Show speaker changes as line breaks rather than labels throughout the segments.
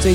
最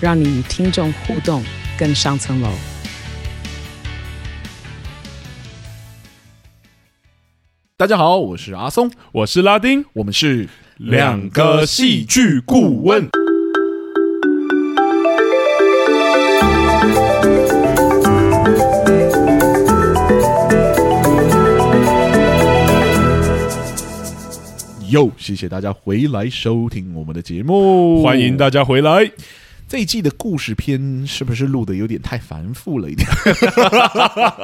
让你与听众互动更上层楼。
大家好，我是阿松，
我是拉丁，
我们是
两个戏剧顾问。
哟，谢谢大家回来收听我们的节目，
欢迎大家回来。
这一季的故事篇是不是录的有点太繁复了一点？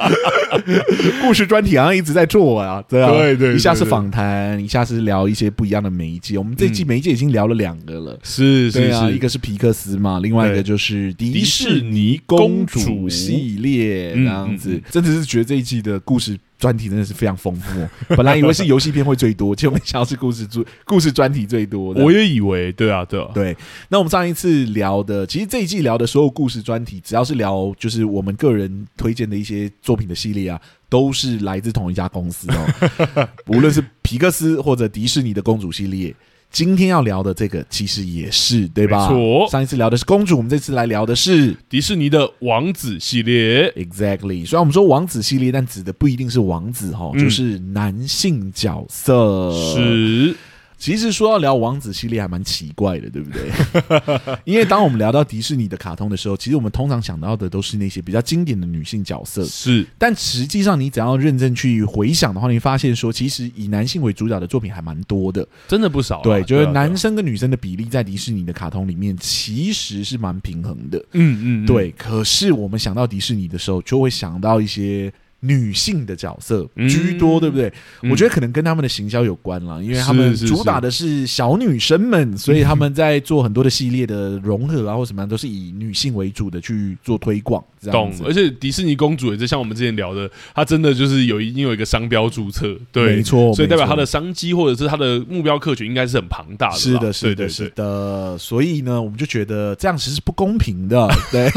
故事专题好像一直在做啊，对啊，
对对对
一下是访谈，一下是聊一些不一样的媒介。我们这季媒介已经聊了两个了，
是
对
是
啊，一
是，
个是皮克斯嘛，另外一个
对
就是迪
迪士
士
尼
公
公
主
主
系列这
嗯
样子
嗯，
真的是觉得这一季的故事专题真的是非常丰富哦。本来以为是游戏片会最多，结果没想到是故事主故事专题最多的。
我也以为，对啊，对啊，
对，那我们上一次聊的，其实这一季聊的所有故事专题，只要是聊就是我们个人推荐的一些作品的系列啊，都是来自同一家公司哦， 无论是皮克斯或者迪士尼的公主系列。今天要聊的这个其实也是对吧？
没错
上一次聊的是公主，我们这次来聊的是
迪士尼的王子系列，
exactly。虽然我们说王子系列，但指的不一定是王子哦，
嗯
就是男性角色。
是
其实说要聊王子系列还蛮奇怪的，对不对？ 因为当我们聊到迪士尼的卡通的时候，其实我们通常想到的都是那些比较经典的女性角色。
是，
但实际上，你只要认真去回想的话，你发现说，其实以男性为主角的作品还蛮多的。
真的不少啊。
对，就
啊
是
对啊
男生跟女生的比例在迪士尼的卡通里面其实是蛮平衡的。
嗯嗯，嗯，
对，可是我们想到迪士尼的时候，就会想到一些女性的角色
嗯
居多，对不对？
嗯
我觉得可能跟他们的行销有关啦，因为他们
是是
主打的是小女生 们，所以他们在做很多的系列的融合啊，或什么样，都是以女性为主的去做推广，这样
懂
子。。
而且迪士尼公主也是像我们之前聊的，她真的就是有已经有一个商标注册，对，
没错
所以代表
没错
她的商机或者是她的目标客群应该是很庞大的啦。
是的，
对
是
对
的，
对
是的，所以呢，我们就觉得这样其实是不公平 的。对，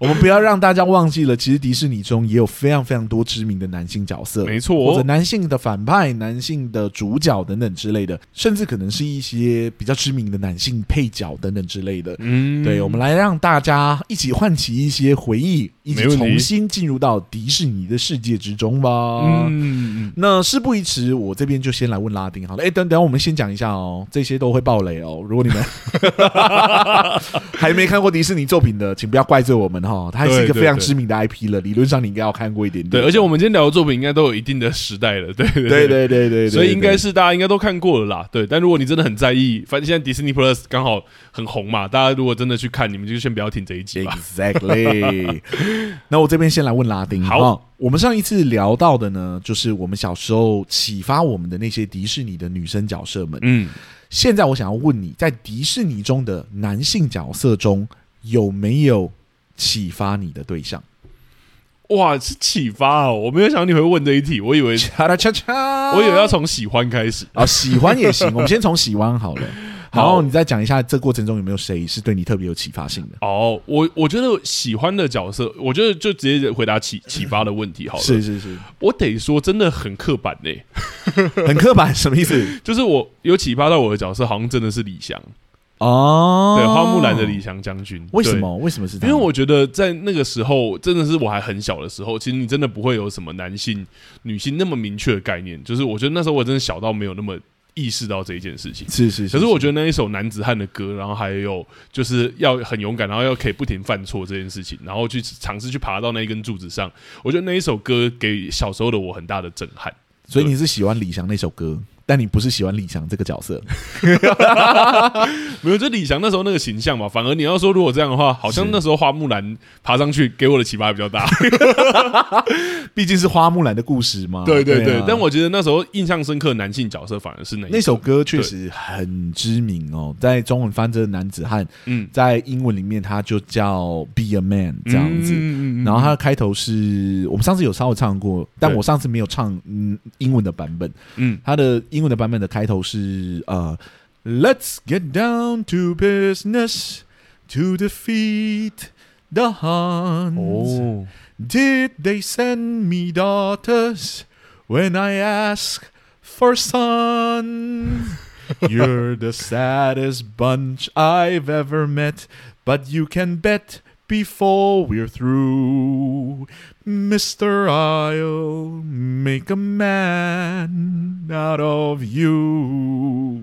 我们不要让大家忘记了，其实迪士尼中也有非常非常多知名的男性角色，
没错
或者男性的反派、男性的主角等等之类的，甚至可能是一些比较知名的男性配角等等之类的。
嗯，
对，我们来让大家一起唤起一些回忆，一起
没问题
重新进入到迪士尼的世界之中吧。
嗯，嗯，嗯
那事不宜迟，我这边就先来问拉丁好了。哎，等等，我们先讲一下哦，这些都会爆雷哦。如果 你们还没看过迪士尼作品的，请不要怪罪我们哈、它还是一个
对对
非常
对
知名的 IP 了，理论上你应该要看过一点
对，
点。
而且我们今天聊的作品应该都有一定的时代了，对对
对对对对对，
所以应该
是
是大家应该都看过了啦，对。但如果你真的很在意，反正现在迪士尼 Plus 刚好很红嘛，大家如果真的去看，你们就先不要听这一集吧。
exactly。那我 这边先来问拉丁，
好
哦我们上一次聊到的呢，就是我们小时候启发我们的那些迪士尼的女生角色们。
嗯，
现在我想要问你，在迪士尼中的男性角色中有没有启发你的对象？
哇，是启发哦！我没有想到你会问这一题，我以为
恰啦恰恰，
我以为要从喜欢开始。
啊，喜欢也行，我们先从喜欢好了。
好
然后你再讲一下，这过程中有没有谁是对你特别有启发性的？
哦，我我觉得喜欢的角色，我觉得就直接回 答启启发的问题好了。
是是是，
我得说真的很刻板呢、
很刻板，什么 意思？
就是我有启发到我的角色，好像真的是李翔，
哦，
对，花木兰的李翔将军。
为什
对
么？为什么是他？
因为我觉得在那个时候，真的是我还很小的时候，其实你真的不会有什么男性、女性那么明确的概念。就是我觉得那时候我真的小到没有那么意识到这一件事情。
是是是，
可是我觉
得
得那一首男子汉的歌，然后还有就是要很勇敢，然后要可以不停犯错这件事情，然后去尝试去爬到那一根柱子上。我觉得那一首歌给小时候的我很大的震撼。
所以你是喜欢李翔那首歌，但你不是喜欢李翔这个角色，
没有，就李翔那时候那个形象嘛。反而你要说，如果这样的话，好像
是
那时候花木兰爬上去给我的启发比较大。
毕竟是花木兰的故事嘛。
对对
对
对
啊，
但我觉得那时候印象深刻男性角色反而是那一
那首歌确实很知名哦，在中文翻这男子汉，
嗯
在英文里面它就叫 Be a Man 这样子。
嗯嗯嗯嗯
然后它的开头是我们上次有稍微唱过，但
对
我上次没有唱嗯英文的版本。
嗯
它的英文的版本的开头是呃，Let's get down to business to defeat the Huns.、
哦
Did they send me daughters when I ask for sons? You're the saddest bunch I've ever met, but you can bet before we're through, Mr. I'll make a man out of you.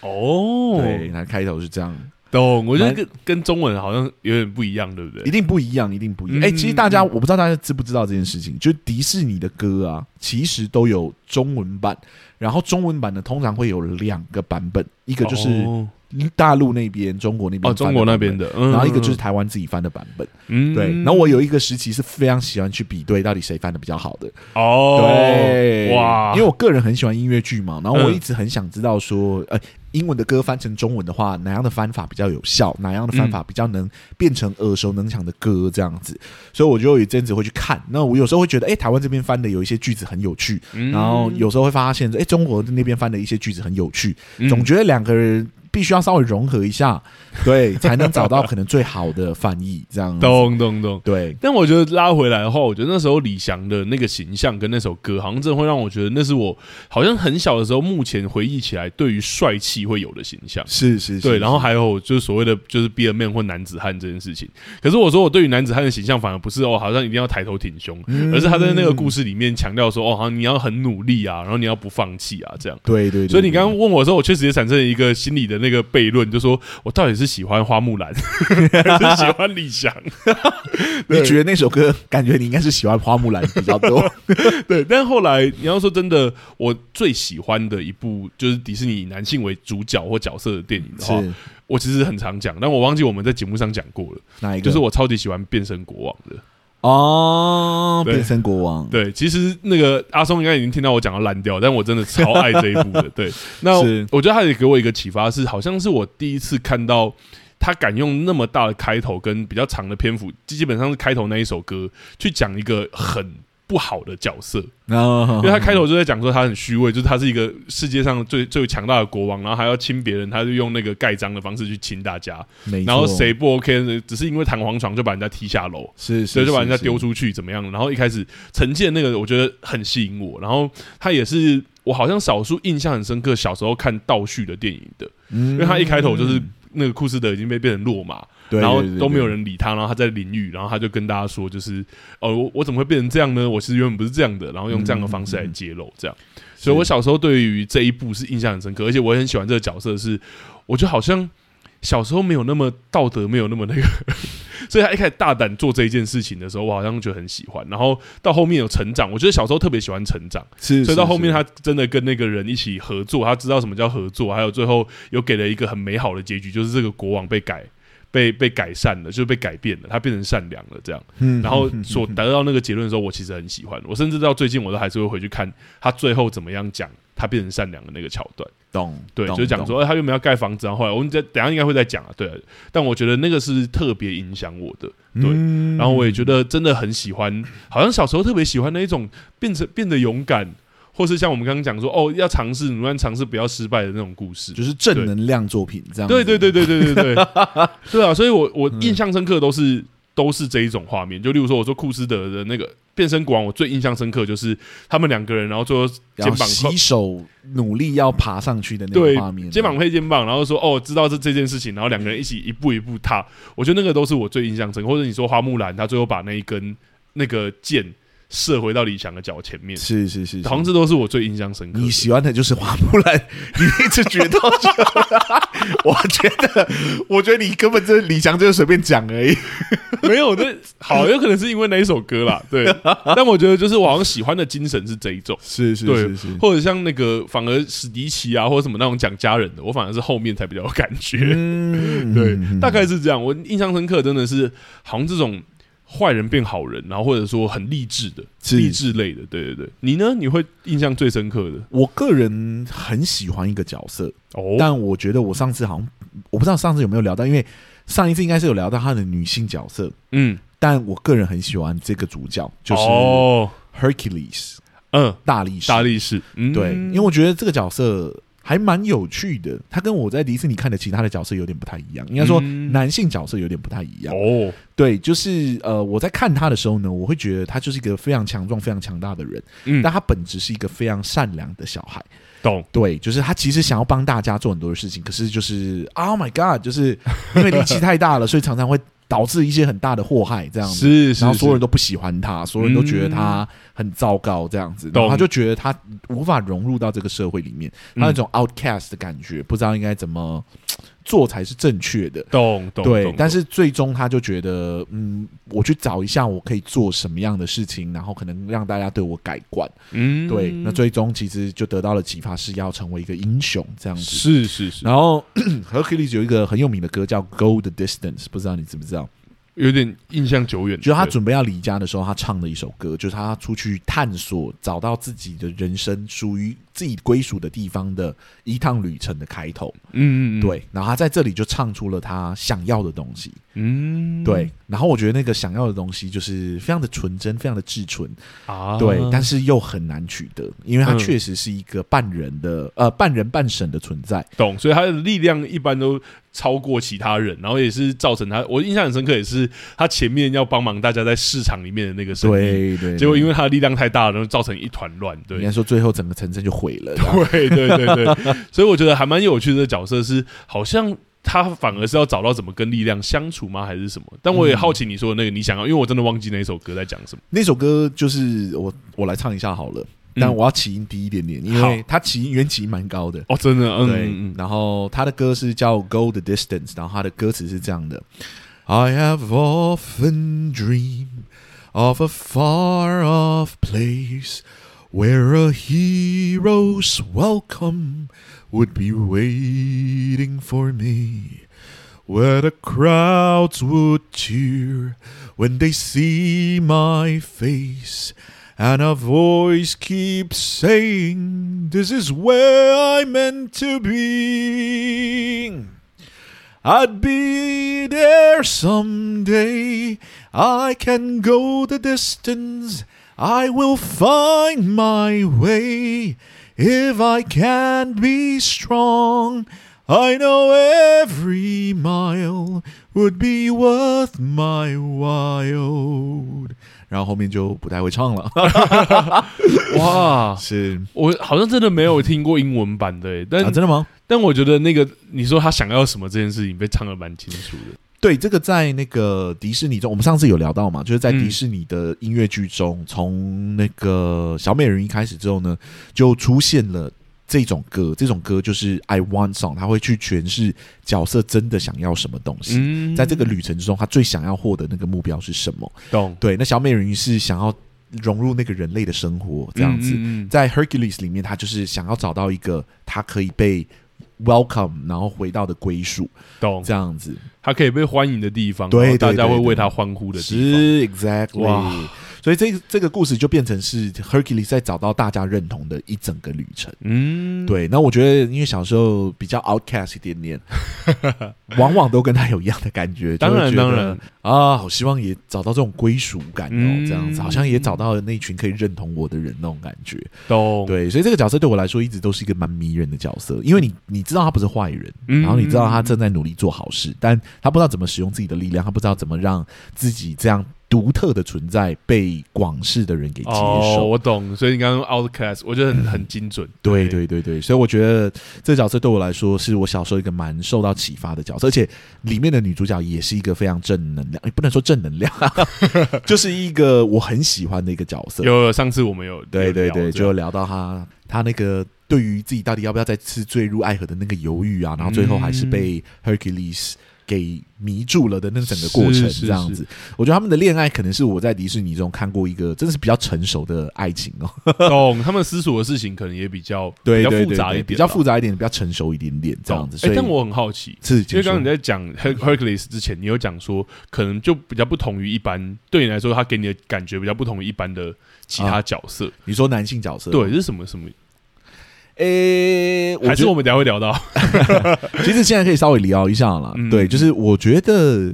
哦，
对，那开头是这样。
懂。我觉得
蛮
跟跟中文好像有点不一样，对不
一
对？
定不一样，一定不一样。
嗯
哎、其实大家我不知道大家知不知道这件事情，就是迪士尼的歌啊，其实都有中文版，然后中文版的通常会有两个版本，一个就是
哦
大陆那边、中国那边
哦，中国那边
的
的，
版本，
然
然后一个就是台湾自己翻的版本。
嗯
对，然后我有一个时期是非常喜欢去比对到底谁翻的比较好的。
哦，
对，
哇，
因为我个人很喜欢音乐剧嘛，然后我
嗯
一直很想知道说，呃，英文的歌翻成中文的话，哪样的翻法比较有效，哪样的翻法比较能变成耳熟能详的歌这样子，所以我就有一阵子会去看。那我有时候会觉得，哎、台湾这边翻的有一些句子很有趣，
嗯
然后有时候会发现，哎、中国那边翻的一些句子很有趣，
嗯
总觉得两个人。必须要稍微融合一下，对，才能找到可能最好的翻译这样子。
懂懂懂。
对，
但我觉得拉回来的话，我觉得那时候李翔的那个形象跟那首歌，好像真的会让我觉得那是我好像很小的时候，目前回忆起来对于帅气会有的形象。
是是是。
对，然后还有就是所谓的就是 be a man 或男子汉这件事情。可是我说我对于男子汉的形象反而不是哦，好像一定要抬头挺胸，
嗯
而是他在那个故事里面强调说哦，好像你要很努力啊，然后你要不放弃啊，这样。
对对对，
所以你
对
刚刚问我的时候，我确实也产生了一个心理的那个悖论，就说我到底是喜欢花木兰，还是喜欢 李翔？
你觉得那首歌，感觉你应该是喜欢花木兰比较 多。
对，但后来你要说真的，我最喜欢的一部就是迪士尼以男性为主角或角色的电影的话，
是
我其实很常讲，但我忘记我们在节目上讲过了，
哪一个？
就是我超级喜欢变身国王的。
哦，
对
变身国王。
对，其实那个阿松应该已经听到我讲到烂掉，但我真的超爱这一部 的。对，那
是
我觉得他也给我一个启发是，好像是我第一次看到。他敢用那么大的开头跟比较长的篇幅，基本上是开头那一首歌去讲一个很不好的角色，
然后
因为他开头就在讲说他很虚伪，就是他是一个世界上最最强大的国王，然后还要亲别人，他就用那个盖章的方式去亲大家，
没错
然后谁不 OK，只是因为弹簧床就把人家踢下楼，
是是
所以就把人家丢
出
出去怎么样？然后一开始陈建那个我觉得很吸引我，然后他也是我好像少数印象很深刻小时候看倒叙的电影的，因
因
为他一开头就是
嗯
那个库斯德已经被变成落马，然后都没有。人理他，然后他在淋雨，然后他就跟大家说，就是哦，我我怎么会变成这样呢？我其实原本不是这样的，然后用这样的方式来揭露这样。所以我小时候对于这一部是印象很深刻，而且我也很喜欢这个角色是，我觉得好像小时候没有那么道德，没有那么那个。 所以他一开始大胆做这一件事情的时候，我好像觉得很喜欢。然后到后面有成长，我觉得小时候特别喜欢成长。
是，是
所以到后面
是
他真的跟那个人一起合作，他知道什么叫合作，还有最后有给了一个很美好的结局，就是这个国王被改。被被改善了，就是被改变了，他变成善良了，这样。
嗯
然后所得到那个结论的时候，我其实很喜欢。我甚至到最近，我都还是会回去看他最后怎么样讲他变成善良的那个桥段。
懂，
对，
懂
就是讲，说、哎他原本要盖房子，然后后来我们在等一下应该会再讲啊。对啊，但我觉得那个是特别影响我的。对，
对
然后我也觉得真的很喜欢，好像小时候特别喜欢那一种变成变得勇敢，或是像我们刚刚讲说哦，要尝试，努力尝试，不要失败的那种故事。
就是正能量作品这样。
对对，对对对对 对，对啊！所以我我
嗯
印象深刻都是、都是这一种画面，就例如说我说库斯德的那个变身国王，我最印象深刻就是他们两个人，然后最后
然
肩
后
膀扣
洗手努力要爬上去的那
对
个画面，
肩膀配肩膀，然后说哦，知道这这件事情，然后两个人一起一步一步踏。我觉得那个都是我最印象深刻，或者你说花木兰，她最后把那一根那个剑射回到李翔的脚前面。
是是是，是
好像这都是我最印象深刻的。
你喜欢的就是花木兰，你一直觉得， 我觉得， 我觉得你根本就是李翔就是随便讲而已。
没有，那好有可能是因为那一首歌啦， 对。但我觉得就是我好像喜欢的精神是这一种，
是是
对
是是，，
或者像那个反而史迪奇啊，或者什么那种讲家人的，我反而是后面才比较有感觉。
嗯
对，大概是这样。我印象深刻，真的是好像这种坏人变好人，然后或者说很励志的、
是
励志类的。对对对，你呢？你会印象最深刻的
我个人很喜欢一个角色，
哦？
但我觉得我上次好像我不知道上次有没有聊到，因为上一次应该是有聊到他的女性角色，
嗯，
但我个人很喜欢这个主角，就是
哦，
Hercules、
嗯，
大力士。
大力士，嗯，
对，因为我觉得这个角色还蛮有趣的，他跟我在迪士尼看的其他的角色有点不太一样，应该说
嗯
男性角色有点不太一样。
哦，
对，就是呃，我在看他的时候呢，我会觉得他就是一个非常强壮、非常强大的人，
嗯
但他本质是一个非常善良的小孩。
懂，
对，就是他其实想要帮大家做很多的事情，可是就是 Oh my God，就是因为力气太大了，所以常常会导致一些很大的祸害这样子。
是是，
然后所有人
都
都不喜欢他，所有人都觉得他很糟糕这样子，然后他就
懂
觉得他无法融入到这个社会里面，他那
嗯
种 outcast 的感觉，不知道应该怎么嘖做才是正确的。
懂懂，
对
懂，
但是最终他就觉得，嗯，我去找一下我可以做什么样的事情，然后可能让大家对我改观。
嗯
对，那最终其实就得到了启发，是要成为一个英雄这样子。
是是是，
然后 Hercules 有一个很有名的歌叫《Go the Distance》，不知道你知不知道？
有点印象久远，
就他
嗯对
准备要离家的时候，他唱的一首歌，就是他出去探索，找到自己的人生属于自己归属的地方的一趟旅程的开头。
嗯嗯嗯，
对，然后他在这里就唱出了他想要的东西。
嗯
对，然后我觉得那个想要的东西就是非常的纯真，非常的至纯。
啊，
对，但是又很难取得，因为他
嗯
确实是一个半人的、呃半人半神的存在。
懂，所以他的力量一般都超过其他人，然后也是造成他，我印象很深刻，也是他前面要帮忙大家在市场里面的那个生意，
对对，
结果因
为
为他的力量太大了，然后造成一团乱，对
应。该说最后整个城镇就毁了。
对对对对，所以我觉得还蛮有趣的。这个角色是好像他反而是要找到怎么跟力量相处吗，还是什么？但我也好奇你说的那个你想要，因为我真的忘记那一首歌在讲什么。
那首歌就是我我来唱一下好了，但我要起音低一点点，因
嗯好
为它起音原起音蛮高的。
哦，真的，嗯
对，
嗯，嗯
然后他的歌是叫《Go the Distance》，然后他的歌词是这样的：I have often dreamed of a far off place where a hero's welcome would be waiting for me. Where the crowds would cheer when they see my face, and a voice keeps saying, This is where I meant to be. I'd be there someday. I can go the distance. I will find my way. If I can be strong, I know every mile would be worth my while. 然后后面就不太会唱了。
嗯哇，
是。
我好像真的没有听过英文版的、欸，但、
啊，真的吗？
但我觉得那个你说他想要什么这件事情被唱的蛮清楚的。
对，这个在那个迪士尼中，我们上次有聊到嘛，就是在
嗯
迪士尼的音乐剧中，从那个小美人鱼开始之后呢，就出现了这种歌，这种歌就是 I Want Song，他会去诠释角色真的想要什么东西，
嗯
在这个旅程之中，他最想要获得那个目标是什么？
懂
对，那小美人鱼是想要融入那个人类的生活，这样子，
嗯嗯嗯
在 Hercules 里面，他就是想要找到一个他可以被 welcome，然后回到的归属，
懂，
这样子。
他可以被欢迎的地方，
对
然后
对
大家
对
会
对
为他欢呼的地方。
是 exactly，
哇
所以这个这个故事就变成是 Hercules 在找到大家认同的一整个旅程。
嗯，
对，那我觉得因为小时候比较 outcast 一点 点，往往都跟他有一样的感觉。
当
就
然
会觉得
当然
啊，好希望也找到这种归属感哦，
嗯
这样子好像也找到了那群可以认同我的人那种感觉。
懂。
对，所以这个角色对我来说一直都是一个蛮迷人的角色，因为你你知道他不是坏人，
嗯
然后你知道他正在努力做好事，但他不知道怎么使用自己的力量，他不知道怎么让自己这样。独特的存在被广式的人给接
哦，
受。
我懂，所以你刚刚 outcast，我觉得很很精准。
对对对对，所以我觉得这角色对我来说是我小时候一个蛮受到启发的角色，而且里面的女主角也是一个非常正能量，也哎不能说正能量，啊 就是一个我很喜欢的一个角色。
有有上次我们有
对对
有聊
对，
这样
就聊到他他那个对于自己到底要不要再次坠入爱河的那个犹豫啊，然后最后还是被 Hercules 给迷住了的那整个过程，
嗯是是
这样
是
子。我觉得他们的恋爱可能是我在迪士尼中看过一个真的是比较成熟的爱情 哦，
懂他们思索的事情可能也比较
对
比较
对
复
对
杂
对
一点啦，
比较复杂一点，比较成熟一点点这样子。
懂
所
哎
以，
但我很好奇，
是
因为刚刚你
你
在讲 Her- Hercules 之前，你有讲说可能就比较不同于一般，对你来说，他给你的感觉比较不同于一般的其他角色。
你说男性角色，
对，这是什么什么？
诶，
还
觉
是
得
我们等一下会聊到？
其实现在可以稍微聊一下了。
嗯
对，就是我觉得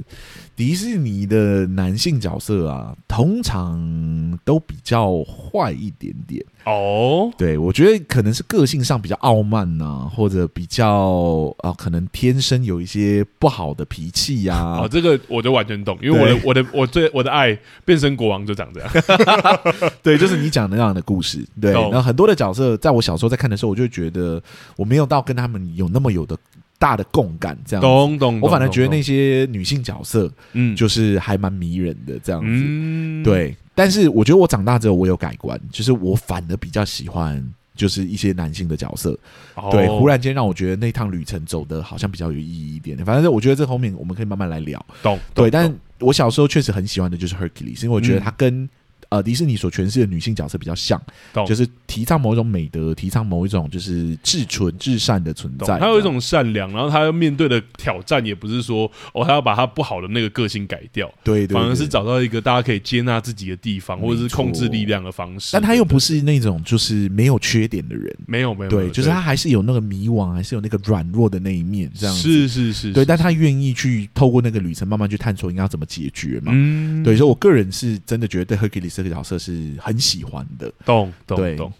迪士尼的男性角色啊，通常都比较坏一点点。
哦，
对我觉得可能是个性上比较傲慢呐、或者比较啊，可能天生有一些不好的脾气啊呀、
哦，这个我就完全懂，因为我的
对
我的我最我的爱变身国王就 长这样。
对，就是你讲的那样的故事。对，
懂
然后很多的角色，在我小时候在看的时候，我就觉得我没有到跟他们有那么有的大的共感这样子。
懂懂，
我反而
懂
觉得
懂
那些女性角色
嗯
就是还蛮迷人的这样子。
嗯，
对，但是我觉得我长大之后我有改观，就是我反而比较喜欢就是一些男性的角色。
哦
对，忽然间让我觉得那趟旅程走的好像比较有意义一点。反正我觉得这后面我们可以慢慢来聊。
懂
对，
懂
但
懂
我小时候确实很喜欢的就是 Hercules，因为我觉得
嗯
他跟、呃，迪士尼所诠释的女性角色比较像，
懂
就是提倡某一种美德，提倡某一种就是至纯至善的存在。
懂，他有一种善良，然后他要面对的挑战也不是说哦，他要把他不好的那个个性改掉，
对对对，
反而是找到一个大家可以接纳自己的地方，
没
或者是控制
错
力量的方式。
但他又
对
不是那种就是没有缺点的人，
没有没有，没
对，
有
就是他还是有那个迷惘，还是有那个软弱的那一面，这样子。
是是是，
对，
是
但他愿意去透过那个旅程，慢慢去探索应该要怎么解决嘛。
嗯，
对，所以我个人是真的觉得对 Hercules 这个角色是很喜欢的。
懂懂
对
懂，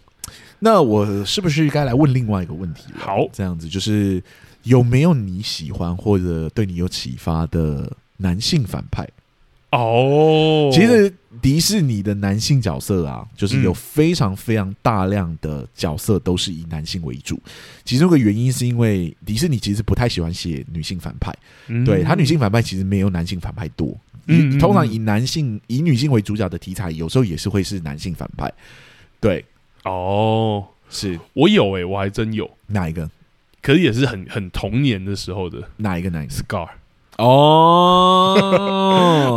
那我是不是该来问另外一个问题了？
好
这样子就是有没有你喜欢或者对你有启发的男性反派？
哦，
其实迪士尼的男性角色啊，就是有非常非常大量的角色都是以男性为主。其中一个原因是因为迪士尼其实不太喜欢写女性反派。
嗯
对他女性反派其实没有男性反派多，以
嗯嗯嗯
通常以男性以女性为主角的题材，有时候也是会是男性反派。对，
哦，
是
我有哎，我还真有，
哪一个？
可是也是很很童年的时候的
哪一个？哪一个？
scar。
哦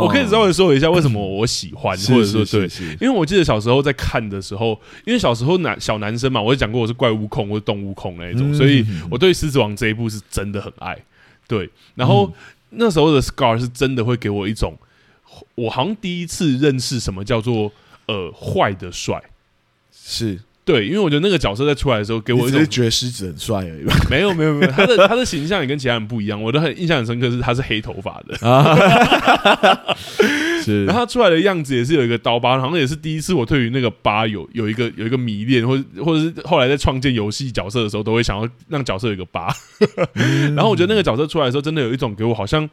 我可以稍微说一下为什么我喜欢，
是
或者说
是
对。
是是
因为我记得小时候在看的时候，因为小时候男小男生嘛，我就讲过我是怪物控或是动物控那一种，
嗯
所以我对《狮子王》这一部是真的很爱。对，
嗯
然后、那时候的 Scar 是真的会给我一种，我好像第一次认识什么叫做呃坏的帅。
是，
对，因为我觉得那个角色在出来的时候，给
我
我一
只
种
是觉得狮子很帅 而已吧。
没有没有没有，他的他的形象也跟其他人不一样。我都很印象很深刻是他是黑头发的，
是
然后他出来的样子也是有一个刀疤，好像也是第一次我对于那个疤有有一个有一个迷恋，或者或者是后来在创建游戏角色的时候，都会想要让角色有一个疤。 然后我觉得那个角色出来的时候，真的有一种给我好像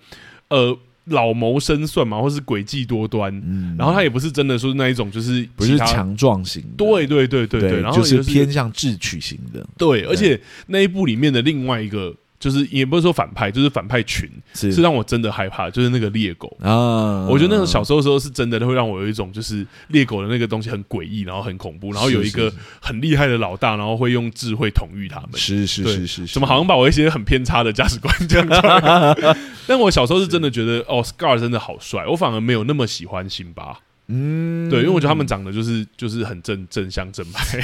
呃老谋深算嘛，或是诡计多端。
嗯
然后他也不是真的说那一种，就是
不是
其他。
强壮型的，
对对对对对，然后
就
也就是
偏向智取型的，
对，而且那一部里面的另外一个，就是也不是说反派，就是反派群，
是
是让我真的害怕，就是那个猎狗。
啊，
我觉得那种小时候的时候是真的会让我有一种就是猎狗的那个东西很诡异，然后很恐怖，然后有一个很厉害的老大，然后会用智慧统御他们。
是是
对
是是，
怎么好像把我一些很偏差的价值观 这样讲？ 但我小时候是真的觉得，哦，Scar 真的好帅，我反而没有那么喜欢辛巴。
嗯
对，因为我觉得他们长得就是就是很正正向正派，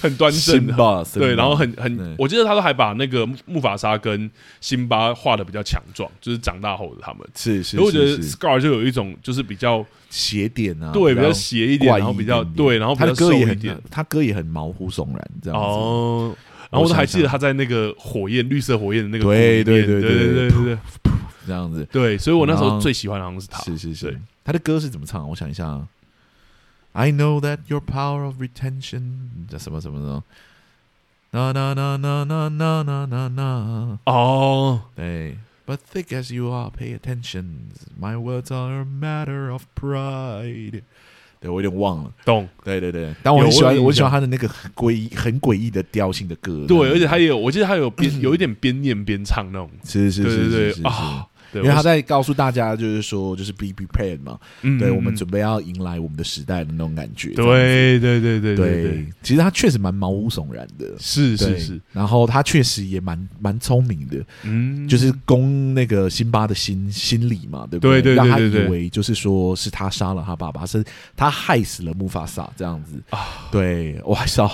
很端正
辛，巴
啊对，然后很
对
很，我记得他都还把那个木木法沙跟辛巴画的比较强壮，就是长大后的他们。
是是，
所以我觉得
是是
Scar 就有一种就是比较
斜点啊，
对比较斜一点，
怪
然后
异
比
一
较
点点
对，然后比
他
较
的歌
瘦
也
一点
很，他歌也很毛骨悚然这样子，
哦。然后我
我
还
想
记得
想
他在那个火焰绿色火焰的那个锅
对
里
对
面
对
对
对
对
对
对对
这样子，
对，所以我那时
然
候
后
最喜欢的好像是他，
是是是
对，
他的歌是怎么唱啊？我想一下啊，I know that your power of retention 叫什么什么什么。na na na na na na na na na，
哦，
对， But thick as you are, pay attention. My words are a matter of pride. 对我有点忘了，
懂？
对对对，但我很喜欢，
有我
我
有印象
很喜欢他的那个很诡异、很诡异的调性的歌。
对，而且他也有，我记得他有边 有一点边念边唱那种，
是是
对
是
对
是是
对
是
啊，对
因为他
在，
在告诉大家，就是说，就是 be prepared 嘛，
嗯
对
嗯
我们
嗯
准备要迎来我们的时代的那种感觉。
对对对对
对
对，
其实他确实蛮毛骨悚然的，
是
对
是是，，
然后他确实也蛮蛮聪明的，
嗯，
就是攻那个辛巴的心心理嘛，对不
对对对
让他
对
以
对
为就是说是他杀了他爸爸，是他害死了木法萨这样子
啊。
对，我还是要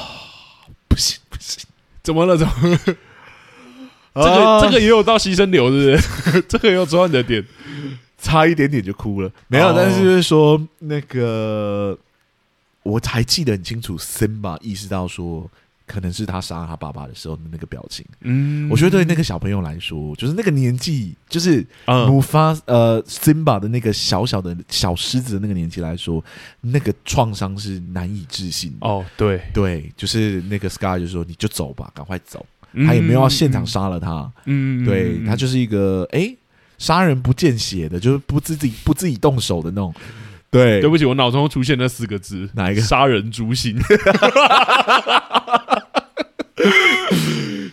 不行不行，
怎么了？怎么了？这
啊
个这个也有到牺牲流，是不是？ 这个也有抓你的点，
差一点点就哭了，没有，
哦
但是就是说那个我还记得很清楚，森巴意识到说。可能是他杀了他爸爸的时候的那个表情，
嗯
我觉得对那个小朋友来说，就是那个年纪，就是
嗯
姆发呃辛巴的那个小小的小狮子的那个年纪来说，那个创伤是难以置信的。
哦，对，
对，就是那个 Scar 就说你就走吧，赶快走。他也没有要现场杀了他，
嗯嗯，嗯，嗯
对他
嗯
就是一个哎杀人不见血的，就是不自己不自己动手的 那种。对
对不起，我脑中出现那四个字，
哪一个
杀人诛心？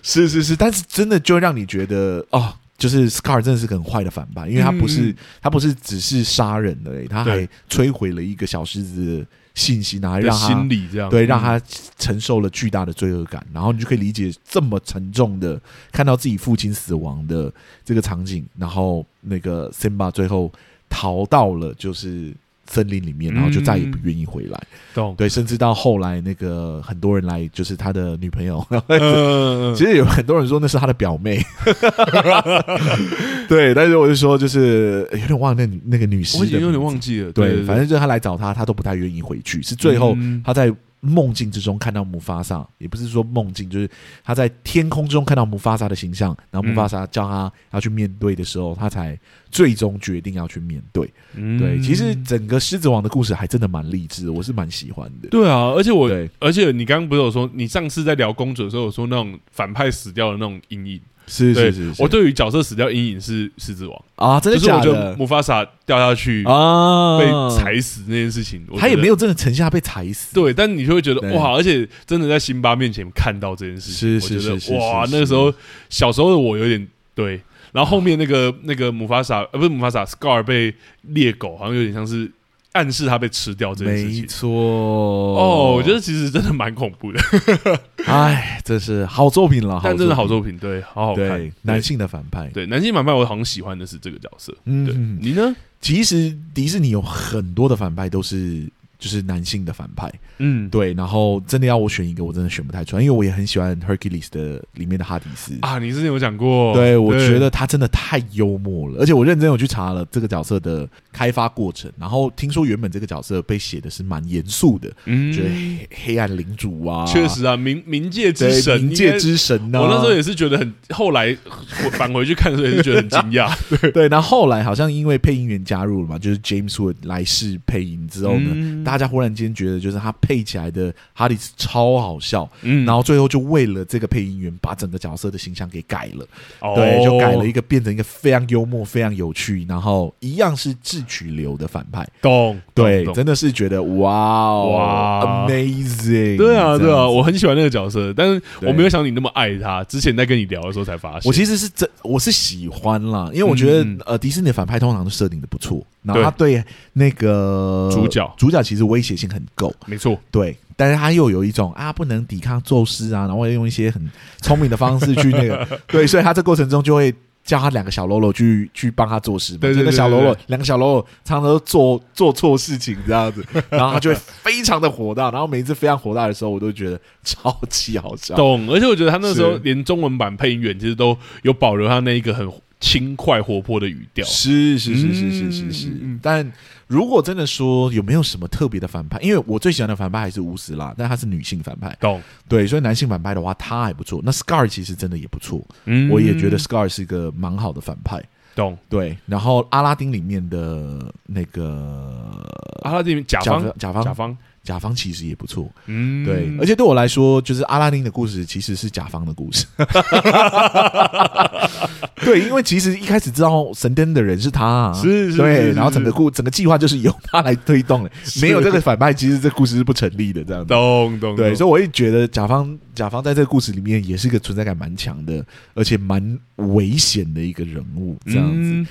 是是是，但是真的就让你觉得哦。就是 Scar 真的是个很坏的反派，因为他不是、
嗯
他不是只是杀人而已，他还
对
摧毁了一个小狮子的信心啊，还
的
让他
心理这样，
对，让
嗯
他承受了巨大的罪恶感，然后你就可以理解这么沉重的看到自己父亲死亡的这个场景，然后那个 Simba 最后逃到了就是森林里面，
嗯
然后就再也不愿意回来，
懂，
对，甚至到后来那个很多人来就是他的女朋 友，
嗯嗯，嗯
其实有很多人说那是他的表妹， 对，但是我就说就是有点忘了那女那个女士，
我已经有点忘记了，
对，
对，
反正就是他来找他，他都不太愿意回去，是最后
嗯
他在梦境之中看到姆法萨，也不是说梦境，就是他在天空中看到姆法萨的形象，然后姆法萨叫他要去面对的时候，他才最终决定要去面对。
嗯
对，其实整个狮子王的故事还真的蛮励志的，我是蛮喜欢的。
对啊，而且我
对，
而且你刚刚不是有说，你上次在聊公主的时候有说那种反派死掉的那种阴影，
是
对
是是，是
我对于角色死掉阴影是狮子王，
啊，真
就
的
是我
假
觉得
的
魔法萨掉下去
啊？
被踩死那件事情，我
他也
觉得
没有真的沉下被踩死。
对，但你就会觉
对
得哇，而且真的在辛巴面前看到这件事情，
是是
我觉得
是是
哇
是，是
那个时候小时候的我有点对。然后后面那个那个姆法萨呃不是姆法萨，Scar 被猎狗，好像有点像是暗示他被吃掉这件事
没
情。
错
哦，
哦
我觉得其实真的蛮恐怖的，
哎，这是好作品了，
但真的好
作
作品，对，好好
品，
看
对。男性的反派，
对男性反派，我好像喜欢的是这个角色。对
嗯，
你呢？
其实迪士尼有很多的反派都是就是男性的反派，
嗯，
对。然后真的要我选一个，我真的选不太出来，因为我也很喜欢 Hercules 的里面的哈迪斯。
啊，你之前有讲过，
对，我觉得他真的太幽默了，而且我认真有去查了这个角色的开发过程，然后听说原本这个角色被写的是蛮严肃的，
嗯
觉得黑黑暗领主啊，
确实啊，冥冥界之
对，
神，
冥界之神啊呐、
我那时候也是觉得很，后来我返回去看的时候也是觉得很惊 讶。
对，然后后来好像因为配音员加入了嘛，就是 James Wood 来世配音之后呢，
嗯
大家忽然间觉得就是他配起来的哈里斯超好笑，
嗯
然后最后就为了这个配音员把整个角色的形象给改了，
后
对，就改了一个变成一个非常幽默、非常有趣，然后一样是智取流的反派，
懂，
对，
懂
真的是觉得哇哦
哇
，amazing，
对啊，
这
对啊，
样子
我很喜欢那个角色，但是
对
我没有想你那么爱他。之前在跟你聊的时候才发现，
我其实是真，我是喜欢啦，因为我觉得、
嗯
呃，迪士尼的反派通常都设定的不错，然后他对那个
主角
主角其实威胁性很够，
没错，
对，但是他又有一种啊不能抵抗宙斯啊，然后要用一些很聪明的方式去那 个，对，所以他这过程中就会。叫他两个小喽啰去去帮他做事嘛，
对对
就那
对
小喽啰
对对，
两个小喽啰常常都做做错事情这样子，然后他就会非常的火大，然后每一次非常火大的时候，我都觉得超级好笑。
懂。而且我觉得他那时候
啊是
连中文版配音员其实都有保留他那一个很轻快活泼的语调。
是是是是是是是。
嗯嗯嗯
但如果真的说有没有什么特别的反派，因为我最喜欢的反派还是乌斯拉，但她是女性反派，
懂，
对，所以男性反派的话她还不错。那 Scar 其实真的也不错，
嗯
我也觉得 Scar 是一个蛮好的反派。
懂。
对，然后阿拉丁里面的那个
阿拉丁甲
甲
方，
呃甲方
甲方，
甲方其实也不错。
嗯，
对，而且对我来说，就是阿拉丁的故事其实是甲方的故 事。对，因为其实一开始知道神灯的人是他、啊，
是是是
对，
是
然后整个故整个计划就是由他来推动的，没有这个反派，其实这故事是不成立的。这样子，
懂懂
对，
懂
所以我也觉得甲方甲方在这个故事里面也是一个存在感蛮强的，而且蛮危险的一个人物。这样子，
嗯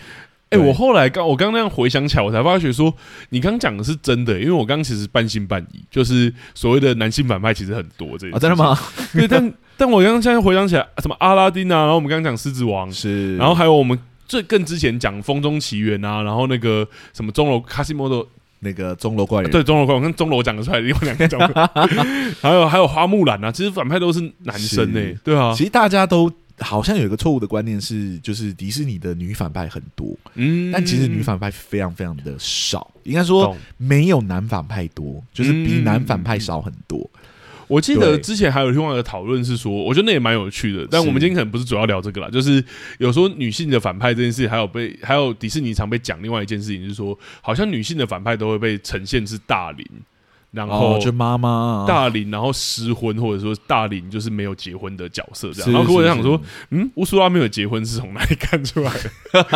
对
哎、我后来刚我刚那样回想起来，我才发觉说，你刚讲的是真的、因为我刚其实半信半疑，就是所谓的男性反派其实很多这件
啊，真的吗？
事情？对，但但我刚刚现在回想起来，什么阿拉丁啊，然后我们刚刚讲狮子王，
是，
然后还有我们最更之前讲《风中奇缘》啊，然后那个什么钟楼卡西莫多，
那个钟楼怪人，
对钟楼怪，我跟钟楼讲得出来，另外两个 讲不出来，还有还有花木兰啊，其实反派都是男生呢、
是
对啊，
其实大家都好像有一个错误的观念是，就是迪士尼的女反派很多，
嗯
但其实女反派非常非常的少，应该说
懂
没有男反派多，就是比
嗯
男反派少很多。
我记得
对
之前还有另外一个讨论是说，我觉得那也蛮有趣的，但
是
我们今天可能不是主要聊这个啦，就是有时候女性的反派这件事，还有被还有迪士尼常被讲另外一件事情，就是说好像女性的反派都会被呈现是大龄，然后
哦就妈妈
大龄，然后失婚，或者说大龄就是没有结婚的角色这样。
是
然后我
是
就想
是
说，嗯，乌苏拉没有结婚是从哪里看出 来的？但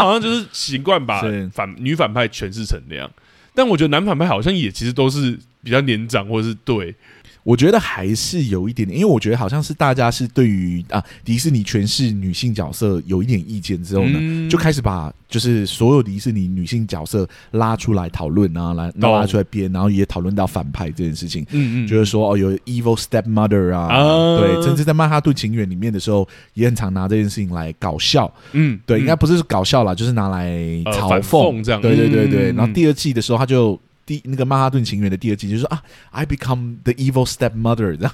好像就是习惯把
是
反女反派诠释成那样。但我觉得男反派好像也其实都是比较年长，或者是对，
我觉得还是有一点点，因为我觉得好像是大家是对于啊迪士尼诠释女性角色有一点意见之后呢，
嗯
就开始把就是所有迪士尼女性角色拉出来讨论啊，来
懂
拉出来编，然后也讨论到反派这件事情。
嗯嗯，
就是说哦，有 evil stepmother 啊，
啊
对，甚至在《曼哈顿情缘》里面的时候，也很常拿这件事情来搞笑，
嗯，
对，
嗯
应该不是搞笑啦，就是拿来
呃
嘲
反
讽、
讽这样
对对对
嗯
对。
嗯
然后第二季的时候，他就第那个《曼哈顿情缘》的第二季就说啊，I become the evil stepmother，这样，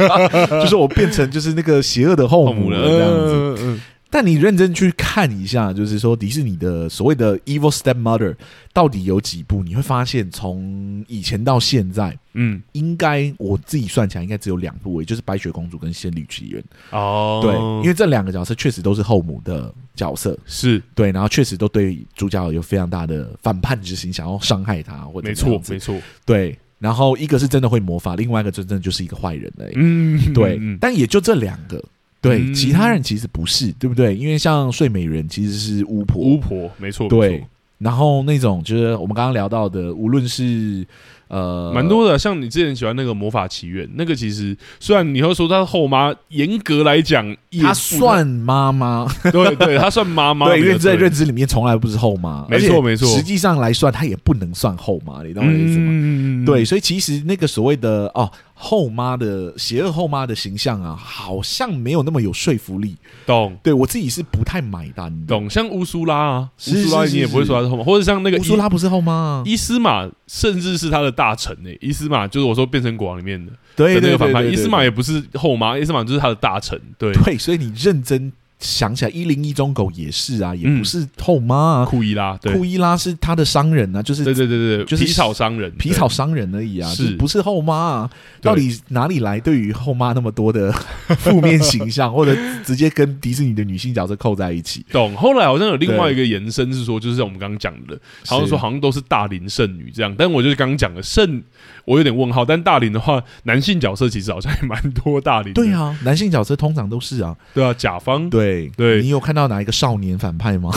就是我变成就是那个邪恶的后母了这样子。
子。嗯
但你认真去看一下，就是说迪士尼的所谓的 evil stepmother 到底有几部，你会发现从以前到现在。
嗯，
应该我自己算起来，应该只有两部而已，就是《白雪公主》跟《仙女奇缘》。
哦，
对，因为这两个角色确实都是后母的角色，
是
对，然后确实都对主角有非常大的反叛之心，想要伤害他，或者
没
这
错
样，子
没错，
对。然后一个是真的会魔法，另外一个真正就是一个坏人嘞、
嗯，
对，
嗯
但也就这两个，对，
嗯
其他人其实不是，对不对？因为像睡美人其实是巫婆，
巫婆，没错，没
对
错，。
然后那种就是我们刚刚聊到的，无论是呃，
蛮多的。像你之前喜欢那个《魔法奇缘》，那个其实虽然你要说她的后妈，严格来讲也不
她算妈妈，
对对，她算妈妈，
对，认在
对
认知里面从来不是后妈，
没错
而且
没错
实际上来算，她也不能算后妈，你懂我的意思吗？
嗯，
对，所以其实那个所谓的哦后妈的邪恶后妈的形象啊，好像没有那么有说服力。
懂。
对我自己是不太买单的。
懂，像乌苏拉啊，乌
是
苏拉
是
你也
是
不会说她是后妈，或者像那个
乌苏拉不是后妈啊，
伊伊斯玛，甚至是他的大臣呢、伊斯玛就是我说变成国王里面的，
对
的那
对
个反
对
派，
对，
伊斯玛也不是后妈，伊斯玛就是他的大臣，对，
对，所以你认真想起来，一零一中狗也是啊，也不
嗯
是后妈啊，
库伊拉，对，
库伊拉是他的商人啊，就
对
是。
对对对，
呃就是
皮草商人，
皮草商人而已啊，
是
就不是后妈啊？
对
到底哪里来对于后妈那么多的负面形象，或者直接跟迪士尼的女性角色扣在一起？
对懂。后来好像有另外一个延伸是说，就是像我们刚刚讲的，好像
是
说好像都是大龄剩女这样，但我就是刚刚讲的剩，我有点问号。但大龄的话，男性角色其实好像也蛮多大龄，
对，啊，男性角色通常都是啊，
对啊，甲方
对
对
你有看到哪一个少年反派吗？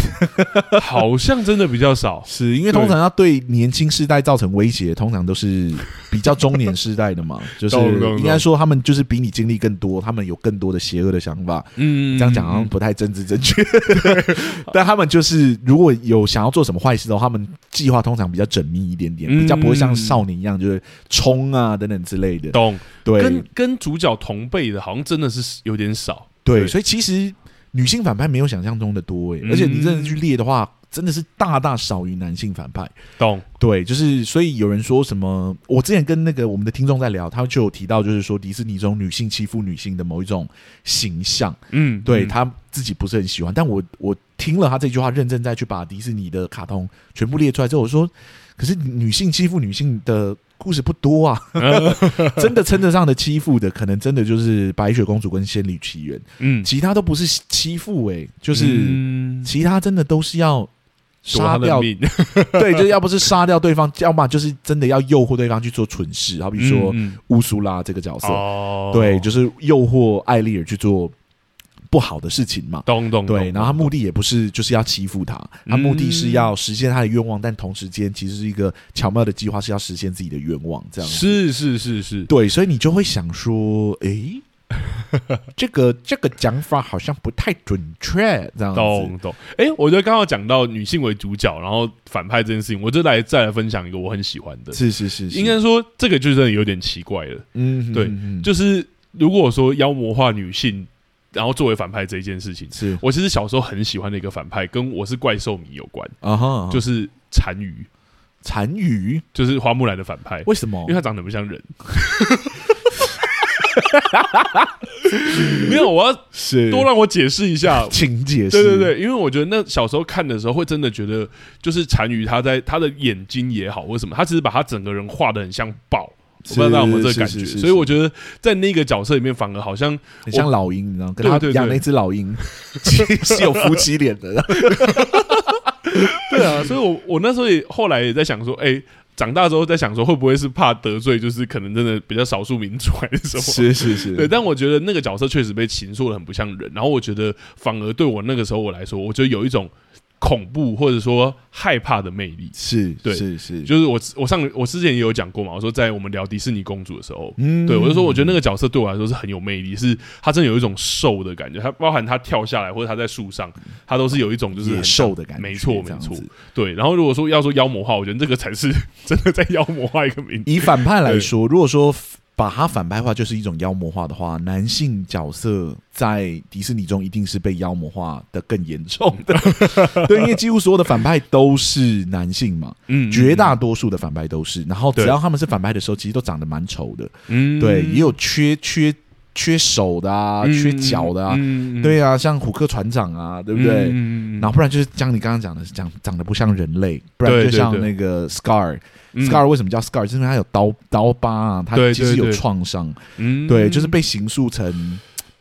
好像真的比较少，
是因为通常要对年轻世代造成威胁，通常都是比较中年世代的 嘛，就是
懂懂懂
应该说他们就是比你经历更多，他们有更多的邪恶的想法。
嗯，
这 样讲啊好像不太政治正确， 但他们就是如果有想要做什么坏事的话，他们计划通常比较缜密一点点，
嗯
比较不会像少年一样就是冲啊等等之类的。
懂。
对
跟跟主角同辈的，好像真的是有点少，
对，
对
所以其实女性反派没有想象中的多诶、
嗯
而且你真的去列的话，真的是大大少于男性反派。
懂？
对，就是所以有人说什么，我之前跟那个我们的听众在聊，他就有提到，就是说迪士尼中女性欺负女性的某一种形象，
嗯，
对、
嗯
他自己不是很喜欢。但我我听了他这句话，认真再去把迪士尼的卡通全部列出来之后，我说，可是女性欺负女性的。故事不多啊， 真的称得上的欺负的，可能真的就是《白雪公主》跟《仙女奇 缘》， 欸
嗯，
其他都不是欺负诶、就是
嗯
其他真的都是要
夺他
杀
的
掉
命，
对，就是要不是杀掉对方，要么就是真的要诱惑对方去做蠢事，好比说
嗯嗯
乌苏拉这个角色，
哦，
对，就是诱惑艾丽尔去做不好的事情嘛。
懂懂
对，
懂
然后他目的也不是就是要欺负他，他目的是
嗯
要实现他的愿望，但同时间其实是一个巧妙的计划，是要实现自己的愿望，这样子。
是是是是，
对，所以你就会想说， 诶，这个这个讲法好像不太准确，这样子。
懂懂。哎、我觉得刚刚讲到女性为主角，然后反派这件事情，我就来再来分享一个我很喜欢的。
是是是是，
应该说这个就真的有点奇怪了，
嗯，
对
嗯嗯
就是如果说妖魔化女性，然后作为反派这一件事情，
是
我其实小时候很喜欢的一个反派，跟我是怪兽迷有关，
啊哈，
就是是单于，
单于，
就是花木兰的反派。
为什么
因为？他长得不像人。 没有，我要
是
多让我解释一下。
请解释。
对对，对，因为我觉得那小时候看的时候，会真的觉得，就是单于他在他的眼睛也好，或什么，他只是把他整个人画的很像豹，我不知道大家有没有这个
是
感
是
觉。
是是
所以我觉得在那个角色里面，反而 好像
很像老鹰，你知道，跟
对
他
对对
养那只老 鹰其实是有夫妻脸的。
对啊，所以我我那时候也后来也在想说，哎、长大之后在想说，会不会是怕得罪，就是可能真的比较少数民族还 是什么？
是是
对，，但我觉得那个角色确实被禽兽的很不像人，然后我觉得反而对我那个时候我来说，我觉得有一种恐怖或者说害怕的魅力。
是，
对
是是，
就是我我上我之前也有讲过嘛，我说在我们聊迪士尼公主的时候，
嗯
对我就说我觉得那个角色对我来说是很有魅力，是她真的有一种兽的感觉，她包含她跳下来或者她在树上，她都是有一种就是
嗯野
很像
兽的感觉，
没错
这
没
样
错
子，。
对，然后如果说要说妖魔化，我觉得这个才是真的在妖魔化一个名字。
以反派来
对
说，如果说把它反派化就是一种妖魔化的话，男性角色在迪士尼中一定是被妖魔化的更严重 的。对，因为几乎所有的反派都是男性嘛，
嗯
绝大多数的反派都是。然后只
对
要他们是反派的时候，其实都长得蛮丑的。
嗯
对，也有缺缺缺手的啊，缺脚的啊，
嗯
对啊，像虎克船长啊，对不对？
嗯嗯嗯嗯
然后不然就是像你刚刚讲的，讲长得不像人类，不然
对
就
对
像
对
那个 Scar，
嗯
Scar 为什么叫 Scar？就是因为他有刀刀疤啊，他
对
其实
对
有
对
创伤，
嗯
对，就是被形塑成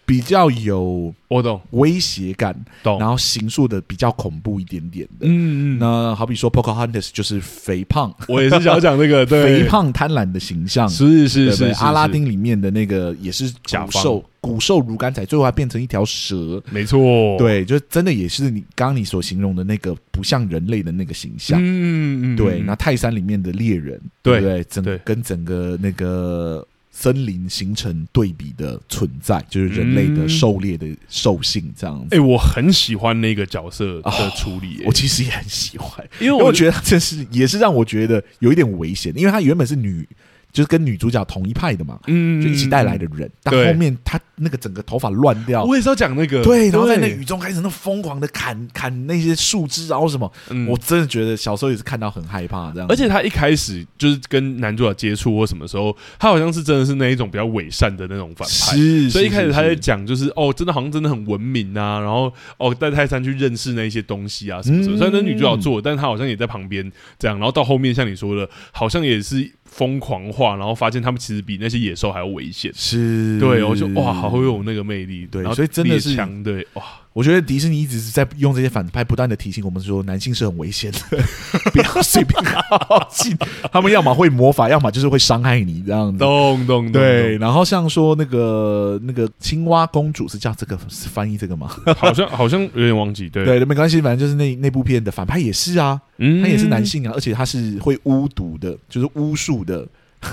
比较有
我懂
威胁感，
懂，
然后形塑的比较恐怖一点点的。
嗯嗯，
那好比说 Pocahontas 就是肥胖，
我也是想 讲这个，对，
肥胖贪婪的形象。
是
对
是
不对
是，
阿拉
是，
丁里面的那个也是
甲
骨
方
瘦骨瘦如干柴，最后还变成一条蛇。
没错，
对，就真的也是你刚刚你所形容的那个不像人类的那个形象。
嗯，嗯嗯，
对，
嗯
那泰山里面的猎人，
对
不对？整
对
跟整个那个森林形成对比的存在，就是人类的
嗯
狩猎的兽性这样子。
哎，我很喜欢那个角色的处理，
哦
欸
我其实也很喜欢，
嗯因为
因为我
我
觉得他这是也是让我觉得有一点危险，因为他原本是女，就是跟女主角同一派的嘛，
嗯
就一起带来的，人，但
对
后面他那个整个头发乱掉。
我也是要讲 那个，
对，然后在那雨中开始那疯狂的砍砍那些树枝，然后什么，
嗯
我真的觉得小时候也是看到很害怕这样子。
而且他一开始就是跟男主角接触或什么时候，他好像是真的是那一种比较伪善的那种反派。
是，
所以一开始他在
在
讲，就是哦，真的好像真的很文明啊，然后哦带泰山去认识那一些东西啊什么什么。
嗯
虽然那女主角做，但她好像也在旁边这样。然后到后面像你说的，好像也是疯狂化，然后发现他们其实比那些野兽还要危险。
是，
对，我就哇，好会有那个魅力。
对
然后
所以真的是
猎枪对哇，
我觉得迪士尼一直是在用这些反派不断的提醒我们说，男性是很危 险的，不要随便靠近。他们要么会魔法，要么就是会伤害你这样子。
咚咚咚
嗯对，，然后像说那个那个青蛙公主是叫这个是翻译这个吗？
咚好像好像有点忘记。对，
对，没关系，反正就是那那部片的反派也是啊，
嗯
他也是男性啊，而且他是会巫毒的，就是巫术的、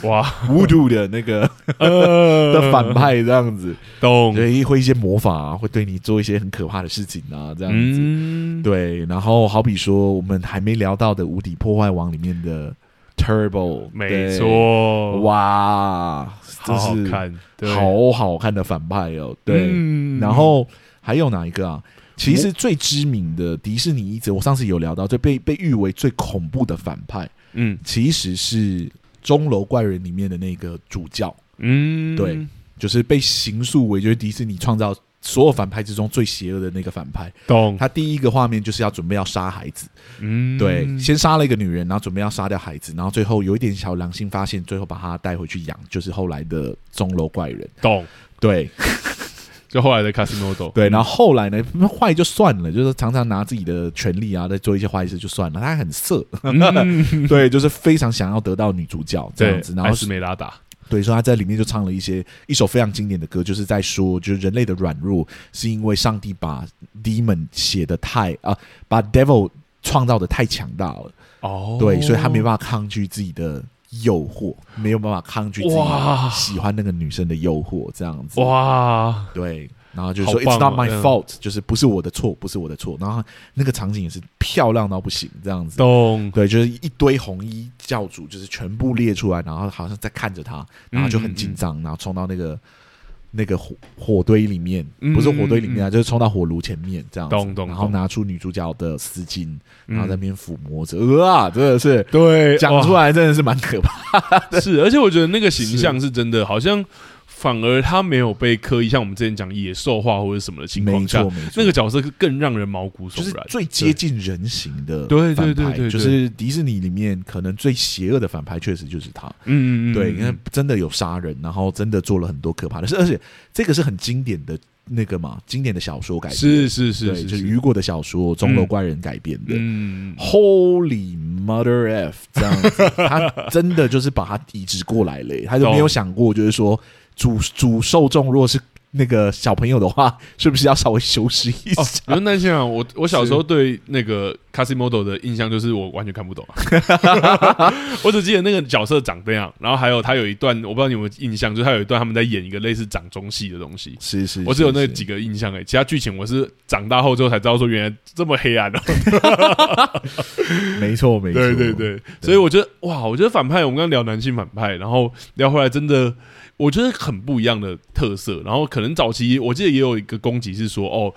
哇，
巫毒的那个 的
的
反派这样子，
咚，
对，会一些魔法、啊，会对你做一些很可怕的事情啊，这样子。
嗯，
对，然后好比说我们还没聊到的《无敌破坏王》里面的 Turbo，
没
对，
错，，
哇，
好
真
好
是
看，对，
好好看的反派哦，对。
嗯
然后还有哪一个啊？其实最知名的迪士尼一直，我上次有聊到，最被被誉为最恐怖的反派，
嗯
其实是《钟楼怪人》里面的那个主教，
嗯，
对，就是被形塑为就是迪士尼创造所有反派之中最邪恶的那个反派。
懂，
他第一个画面就是要准备要杀孩子，
嗯，
对，先杀了一个女人，然后准备要杀掉孩子，然后最后有一点小良心发现，最后把她带回去养，就是后来的钟楼怪人。
懂。
对，
就后来的 Casimodo，
对，然后后来呢，坏就算了，就是常常拿自己的权利啊，在做一些坏事就算了。他还很色，对，就是非常想要得到女主角 这样子，然后
嗯是梅拉达，
对，所以他在里面就唱了一些一首非常经典的歌，就是在说，就是人类的软弱是因为上帝把 demon 写的太啊，把 devil 创造的太强大了，
哦，
对，所以他没办法抗拒自己的。诱惑没有办法抗拒自己
哇
喜欢那个女生的诱惑，这样子
哇，
对，然后就是
好
说、It's
棒
not
哦
my
嗯
fault，、就是不是我的错，不是我的错。然后那个场景也是漂亮到不行，这样子。
懂，
对，就是一堆红衣教主，就是全部列出来，然后好像在看着他，然后就很
嗯
紧张，然后冲到那个那个火火堆里面，
嗯
不是火堆里面啊，就是冲到火炉前面这样子，
懂懂
然后
懂
拿出女主角的丝巾，然后在
嗯哎
那边抚摸着，啊，真的是
对，
讲出
来
来真的是蛮可怕的。
是，而且我觉得那个形象是真的，好像反而他没有被刻意，像我们之前讲野兽化或者什么的情
没
况下
错，，没错，
那个角色更让人毛骨
就是
悚然，
最接近人形的
对
反
对对
派
对对
就是迪士尼里面可能最邪恶的反派，确实就是他。
嗯嗯嗯，
对，
嗯
因为真的有杀人，然后真的做了很多可怕的事，而且这个是很经典的那个嘛，经典的小说改编，
是是是
对，
是
就是雨果的小说《钟楼
嗯
怪人》改编的。
嗯，
Holy Mother F，这 样子，他真的就是把它移植过来了耶，他就没有
懂
想过，就是说主主受众如果是那个小朋友的话，是不是要稍微修饰一
哦
下？，
不用担心啊！我我小
是
时候对那个 Casimodo 的印象就是我完全看不懂、啊， 我只记得那个角色长那样，然后还有他有一段我不知道你有没有印象，就是他有一段他们在演一个类似掌中戏的东西。
是是，
我只有那
是
几个印象哎、其他剧情我是长大后之后才知道说原来这么黑暗哦、
没错，没错，
对对对，所以我觉得哇，我觉得反派，我们刚刚聊男性反派，然后聊回来，真的我觉得很不一样的特色。然后可能早期我记得也有一个攻击是说哦。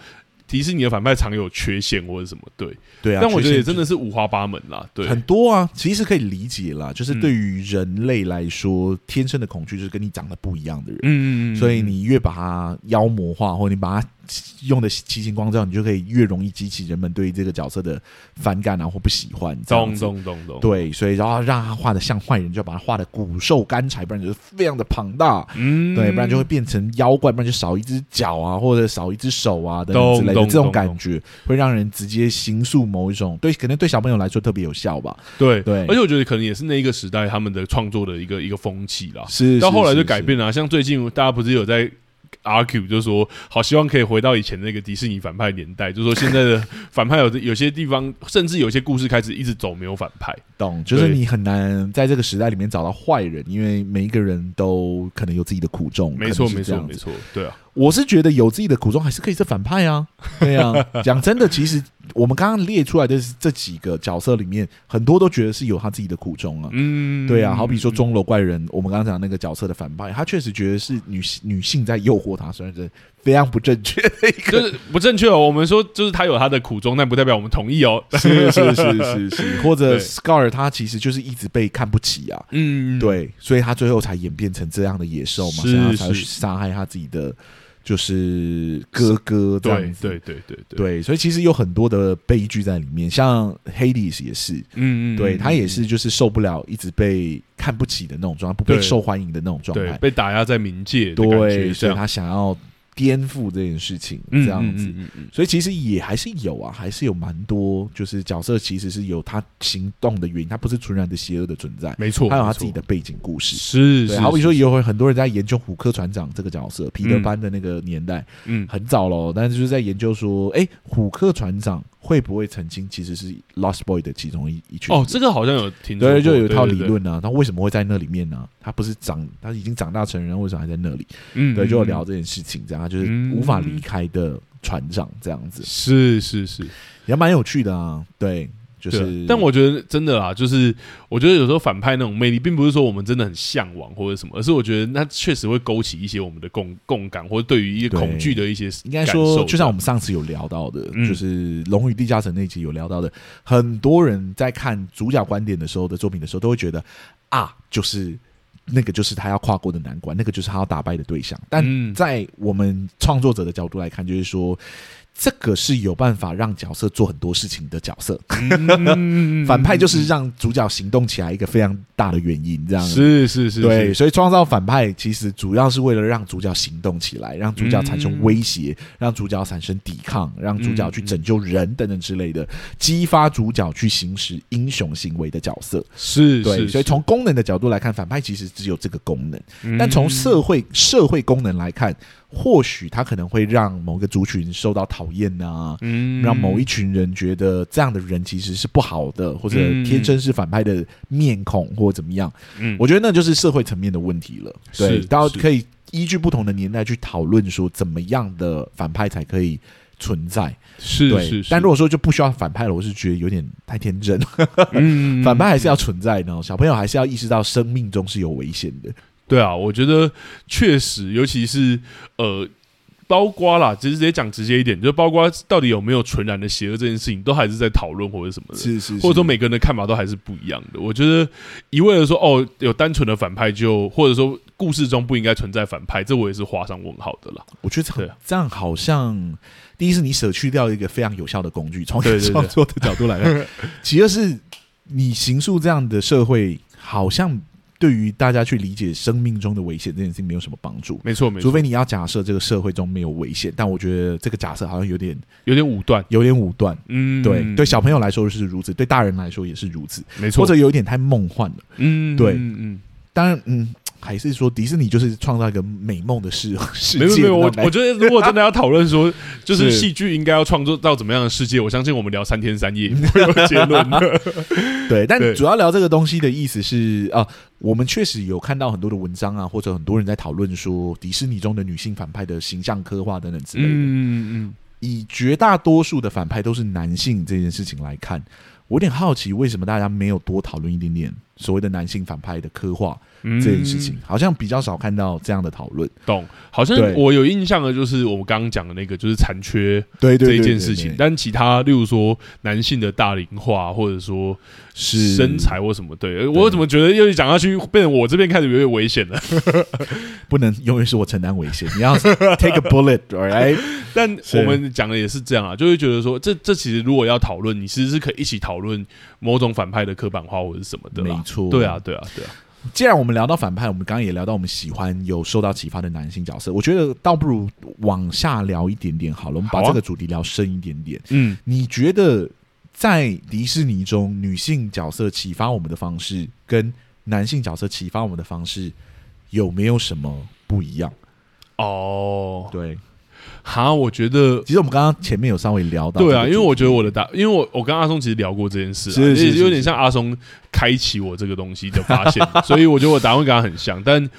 迪士尼的反派常有缺陷或者什么，对，
对啊！
但我觉得也
缺陷
真的是五花八门啦，对，
很多啊，其实可以理解啦，就是
嗯
对于人类来说，天生的恐惧就是跟你长得不一样的人。
嗯，
所以你越把它妖魔化，或者你把它用的奇形光照，你就可以越容易激起人们对于这个角色的反感啊，或不喜欢。这样
懂
子
懂懂懂，，
对，所以然后让他画的像坏人，就要把他画的骨瘦干柴，不然就是非常的庞大。
嗯
对，不然就会变成妖怪，不然就少一只脚啊，或者少一只手啊等等
懂
之类的。
懂
这种
懂
感
懂
觉会让人直接形塑某一种，对，可能对小朋友来说特别有效吧。
对
对
而且我觉得可能也是那一个时代他们的创作的一个一个风气啦，
是
到后来就改，变了啊、像最近大家不是有在 argue，就是说好希望可以回到以前那个迪士尼反派年代，就是说现 在的反派有有些地方，甚至有些故事开始一直走没有反派，
是懂，就是
对
你很难在这个时代里面找到坏人，因为每一个人都可能有自己的苦衷。
没错
可能
没
是这
错
样
没
子。
错，对啊，
我是觉得有自己的苦衷还是可以是反派啊， 对啊。讲真的，其实我们刚刚列出来的是这几个角色里面，很多都觉得是有他自己的苦衷啊。
嗯，
对啊，好比说钟楼怪人，我们刚刚讲那个角色的反派，他确实觉得是女女性在诱惑他，虽然是非常不正确的一
就
个。
是不正确哦，我们说就是他有他的苦衷，但不代表我们同意哦。
是是是是是， 或者
对
Scar 他其实就是一直被看不起啊，
嗯，
对，所以他最后才演变成这样的野兽嘛，所
是
以他才会
是
去杀害他自己的就是哥哥这
对
样子。
对对对对，
对，所以其实有很多的悲剧在里面，像 Hades 也是，
嗯嗯，
对
嗯
他也是就是受不了一直被看不起的那种状态，不被
对
受欢迎的那种状
对
态。
被打压在冥界的感觉，
对，
这
所以
样
他想要颠覆这件事情，
嗯
这样子。
嗯嗯嗯嗯
所以其实也还是有啊，还是有蛮多，就是角色其实是有他行动的原因，他不是纯然的邪恶的存在，
没错，
他有他
没错
自己的背景故事。
是，
对，
是
好比
是
说，也有很多人在研究虎克船长这个角色，彼得
嗯
班的那个年代
嗯，
很早喽，但是就是在研究说，哎，虎克船长会不会曾经其实是 Lost Boy 的其中一一群
哦，这个好像有听说过，
对，就有一套理
对，对对
论啊，他为什么会在那里面呢、他不是长，他已经长大成人，为什么还在那里？
嗯，
对，就有
嗯
聊这件事情，这样他就是无法离开的船长这样子，
是是是，
也蛮有趣的啊。对，就
对啊
是，
但我觉得真的啦，就是我觉得有时候反派那种魅力，并不是说我们真的很向往或者什么，而是我觉得那确实会勾起一些我们的共共感，或者对于一些
对
恐惧的一些感受
应该说，就像我
们
们上次有聊到的，
嗯
就是《龙与地下城》那集有聊到的，很多人在看主角观点的时候的作品的时候，都会觉得啊，就是那个就是他要跨过的难关，那个就是他要打败的对象，但
嗯
在我们创作者的角度来看，就是说，这个是有办法让角色做很多事情的角色，
嗯
反派就是让主角行动起来一个非常大的原因，这样子。
是是是，
对，
是，
所以创造反派其实主要是为了让主角行动起来，让主角产
嗯
生威胁，让主角产生抵抗，让主角去拯救人等等之类的，激发主角去行使英雄行为的角色。
是
对，
是，
所以
是
从功能的角度来看，反派其实只有这个功能。
嗯
但从社会社会功能来看，或许它可能会让某个族群受到讨厌啊，
嗯
让某一群人觉得这样的人其实是不好的，或者
嗯
天生是反派的面孔或怎么样。
嗯
我觉得那就是社会层面的问题了。对，
是
到
是
可以依据不同的年代去讨论说怎么样的反派才可以。存在
是
对，
是是，
但如果说就不需要反派了，我是觉得有点太天真了。
嗯
反派还是要存在呢，小朋友还是要意识到生命中是有危险的。
对啊，我觉得确实，尤其是呃，包括啦，其实直接讲直接一点，就包括到底有没有纯然的邪恶这件事情，都还是在讨论或者什么的。
是，
或者说每个人的看法都还是不一样的。我觉得一味的说哦，有单纯的反派就，或者说故事中不应该存在反派，这我也是画上问号的啦。
我觉得这
对啊
样这样好像，第一是你舍去掉一个非常有效的工具，从
对对对
创作的角度来 看；其二是你行塑这样的社会，好像对于大家去理解生命中的危险这件事情没有什么帮助。
没错，没
除
错，
非你要假设这个社会中没有危险，但我觉得这个假设好像有点
有点武断。
有点武断。
嗯，
对、对，小朋友来说是如此，对大人来说也是如此，
没错，
或者有一点太梦幻了。
嗯，
对
嗯嗯，
当然，嗯，还是说迪士尼就是创造一个美梦的世 世
没有
界。
没有，我
让大家
我觉得如果真的要讨论 说，就是
是
戏剧应该要创作到怎么样的世界，我相信我们聊三天三 夜不会有结论的。
对，但
对
主要聊这个东西的意思是啊、我们确实有看到很多的文章啊，或者很多人在讨论说迪士尼中的女性反派的形象刻画等等之类的。
嗯嗯
以绝大多数的反派都是男性这件事情来看，我有点好奇为什么大家没有多讨论一点点所谓的男性反派的刻画
嗯
这件事情，好像比较少看到这样的讨论。
懂。好像
对
我有印象的，就是我们刚刚讲的那个，就是残缺
对
这
对
一件事情。但其他，例如说男性的大龄化，或者说
是
身材或什么，对呃我怎么觉得又讲下去，变成我这边开始有点危险了。
不能永远是我承担危险，你要 take a
啊
bullet，all right？
但
是
我们讲的也是这样啊，就会觉得说，这这其实如果要讨论，你其实是可以一起讨论某种反派的刻板化或者是什么的啦
没错
对啊，对啊，对啊，
既然我们聊到反派，我们刚刚也聊到我们喜欢有受到启发的男性角色，我觉得倒不如往下聊一点点好了，我们把
好啊
这个主题聊深一点点。
嗯，
你觉得在迪士尼中，女性角色启发我们的方式跟男性角色启发我们的方式有没有什么不一样？
哦，
对，
哈，我觉得。
其实我们刚刚前面有稍微聊到这个主题，
对啊，因为我觉得我的答，因为我我跟阿松其实聊过这件事、啊，
是是
也
是
有点像阿松开启我这个东西的发现， 所以我觉得我答案跟他很像，但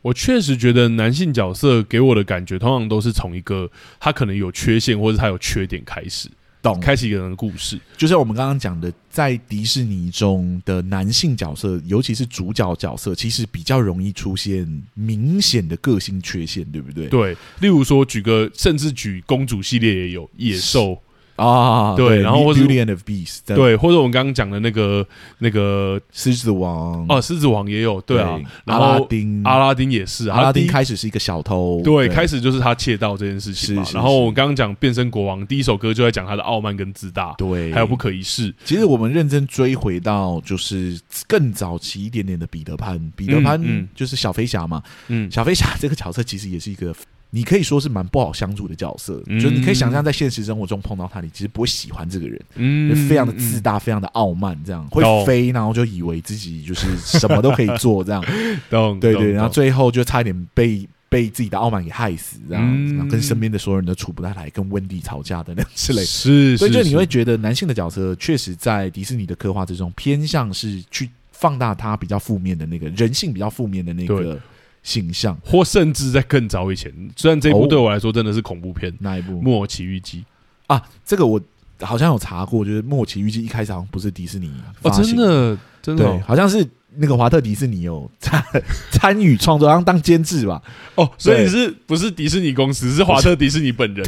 我确实觉得男性角色给我的感觉，通常都是从一个他可能有缺陷或者他有缺点开始，
懂，
开启一个人的故事。
就是我们刚刚讲的，在迪士尼中的男性角色，尤其是主角角色，其实比较容易出现明显的个性缺陷，对不对？
对，例如说举个，甚至举公主系列也有野兽，
啊，
对然后或是
Beauty and the Beast，
对，，或者我们刚刚讲的那个那个
狮子王，
哦，狮子王也有，对啊，
阿
然
拉
后
丁，
阿拉丁也是，
嗯阿拉丁
他第一
开始是一个小偷，
对，开始就是他窃盗这件事情嘛。
是是
然后我
是
刚刚讲变身国王第一首歌就在讲他的傲慢跟自大，
对，
还有不可一世。
其实我们认真追回到就是更早期一点点的彼得潘，彼得潘
嗯嗯
就是小飞侠嘛，
嗯，
小飞侠这个角色其实也是一个，你可以说是蛮不好相处的角色，
嗯
就是你可以想象在现实生活中碰到他，你其实不会喜欢这个人，
嗯
就非常的自大，非常的傲慢，这样会
懂
飞，然后就以为自己就是什么都可以做， 这样，
懂，
对
懂
对，然后
懂
最后就差一点被。被自己的傲慢给害死，这样，
嗯
然后跟身边的所有人都处不太来，跟温蒂吵架等等之类的
是，
所以
是
就你
是
会觉得男性的角色确实在迪士尼的刻画之中，偏向是去放大他比较负面的那个人性比较负面的那个
对
形象。
或甚至在更早以前，虽然这一
哦
部对我来说真的是恐怖片，
那一部
《木偶奇遇记
啊，这个我好像有查过，就是《木偶奇遇记》一开始好像不是迪》，斯尼
哦，
发
真
行，
的，真的
对，
哦，
好像是那个华特迪士尼有 参参与创作，然后当监制 吧，
哦，所以
对
你是不是迪士尼公司？是华特迪士尼本人。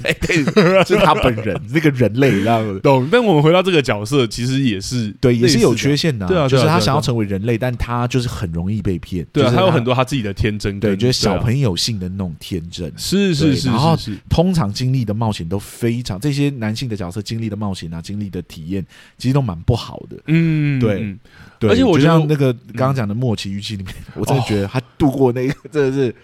是他本 人，那个人类这样子。
懂，但我们回到这个角色，其实也是
对，也是有
类
缺
似
陷的、
对啊对啊
就是
对啊
他想要
对啊
成为人类，但他就是很容易被骗。
的，对
就
啊，
是
他有很多他自己的天真跟，
对，就是小
啊
朋友性的那种天真。
是是
对
是
然后
是是，
通常经历的冒险都非常，这些男性的角色经历的冒险啊，经历的体验，其实都蛮不好的。
嗯，
对
嗯
对，
而且我
就
觉得
像那个刚刚讲的《末期预期》里面，我真的觉得他度过那个真的是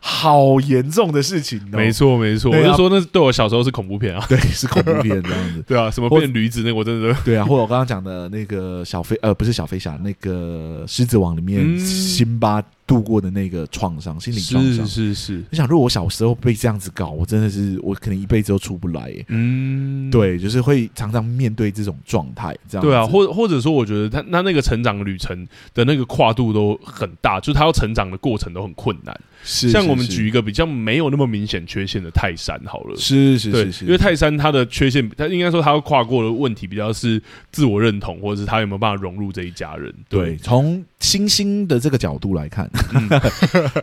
好严重的事情、哦。
没，错没错，我
对啊
就说那是对我小时候是恐怖片啊，
对，是恐怖片这样子
。对啊，什么
或
变驴子那个我 真的
对啊，或者我刚刚讲的那个小飞，呃，不是小飞侠，那个《狮子王》里
嗯
面辛巴度过的那个创伤，心理创伤
是。是是，
你想，如果我小时候被这样子搞，我真的是我可能一辈子都出不来耶。
嗯，
对，就是会常常面对这种状态，这样
对啊，
子
或或者说，我觉得他他那个成长旅程的那个跨度都很大，就是他要成长的过程都很困难。
是
像
是
我们
是
举一个比较没有那么明显缺陷的泰山好了，
是是
对
是是，
因为泰山他的缺陷，他应该说他要跨过的问题比较是自我认同，或者是他有没有办法融入这一家人。
对，从星星的这个角度来看，
嗯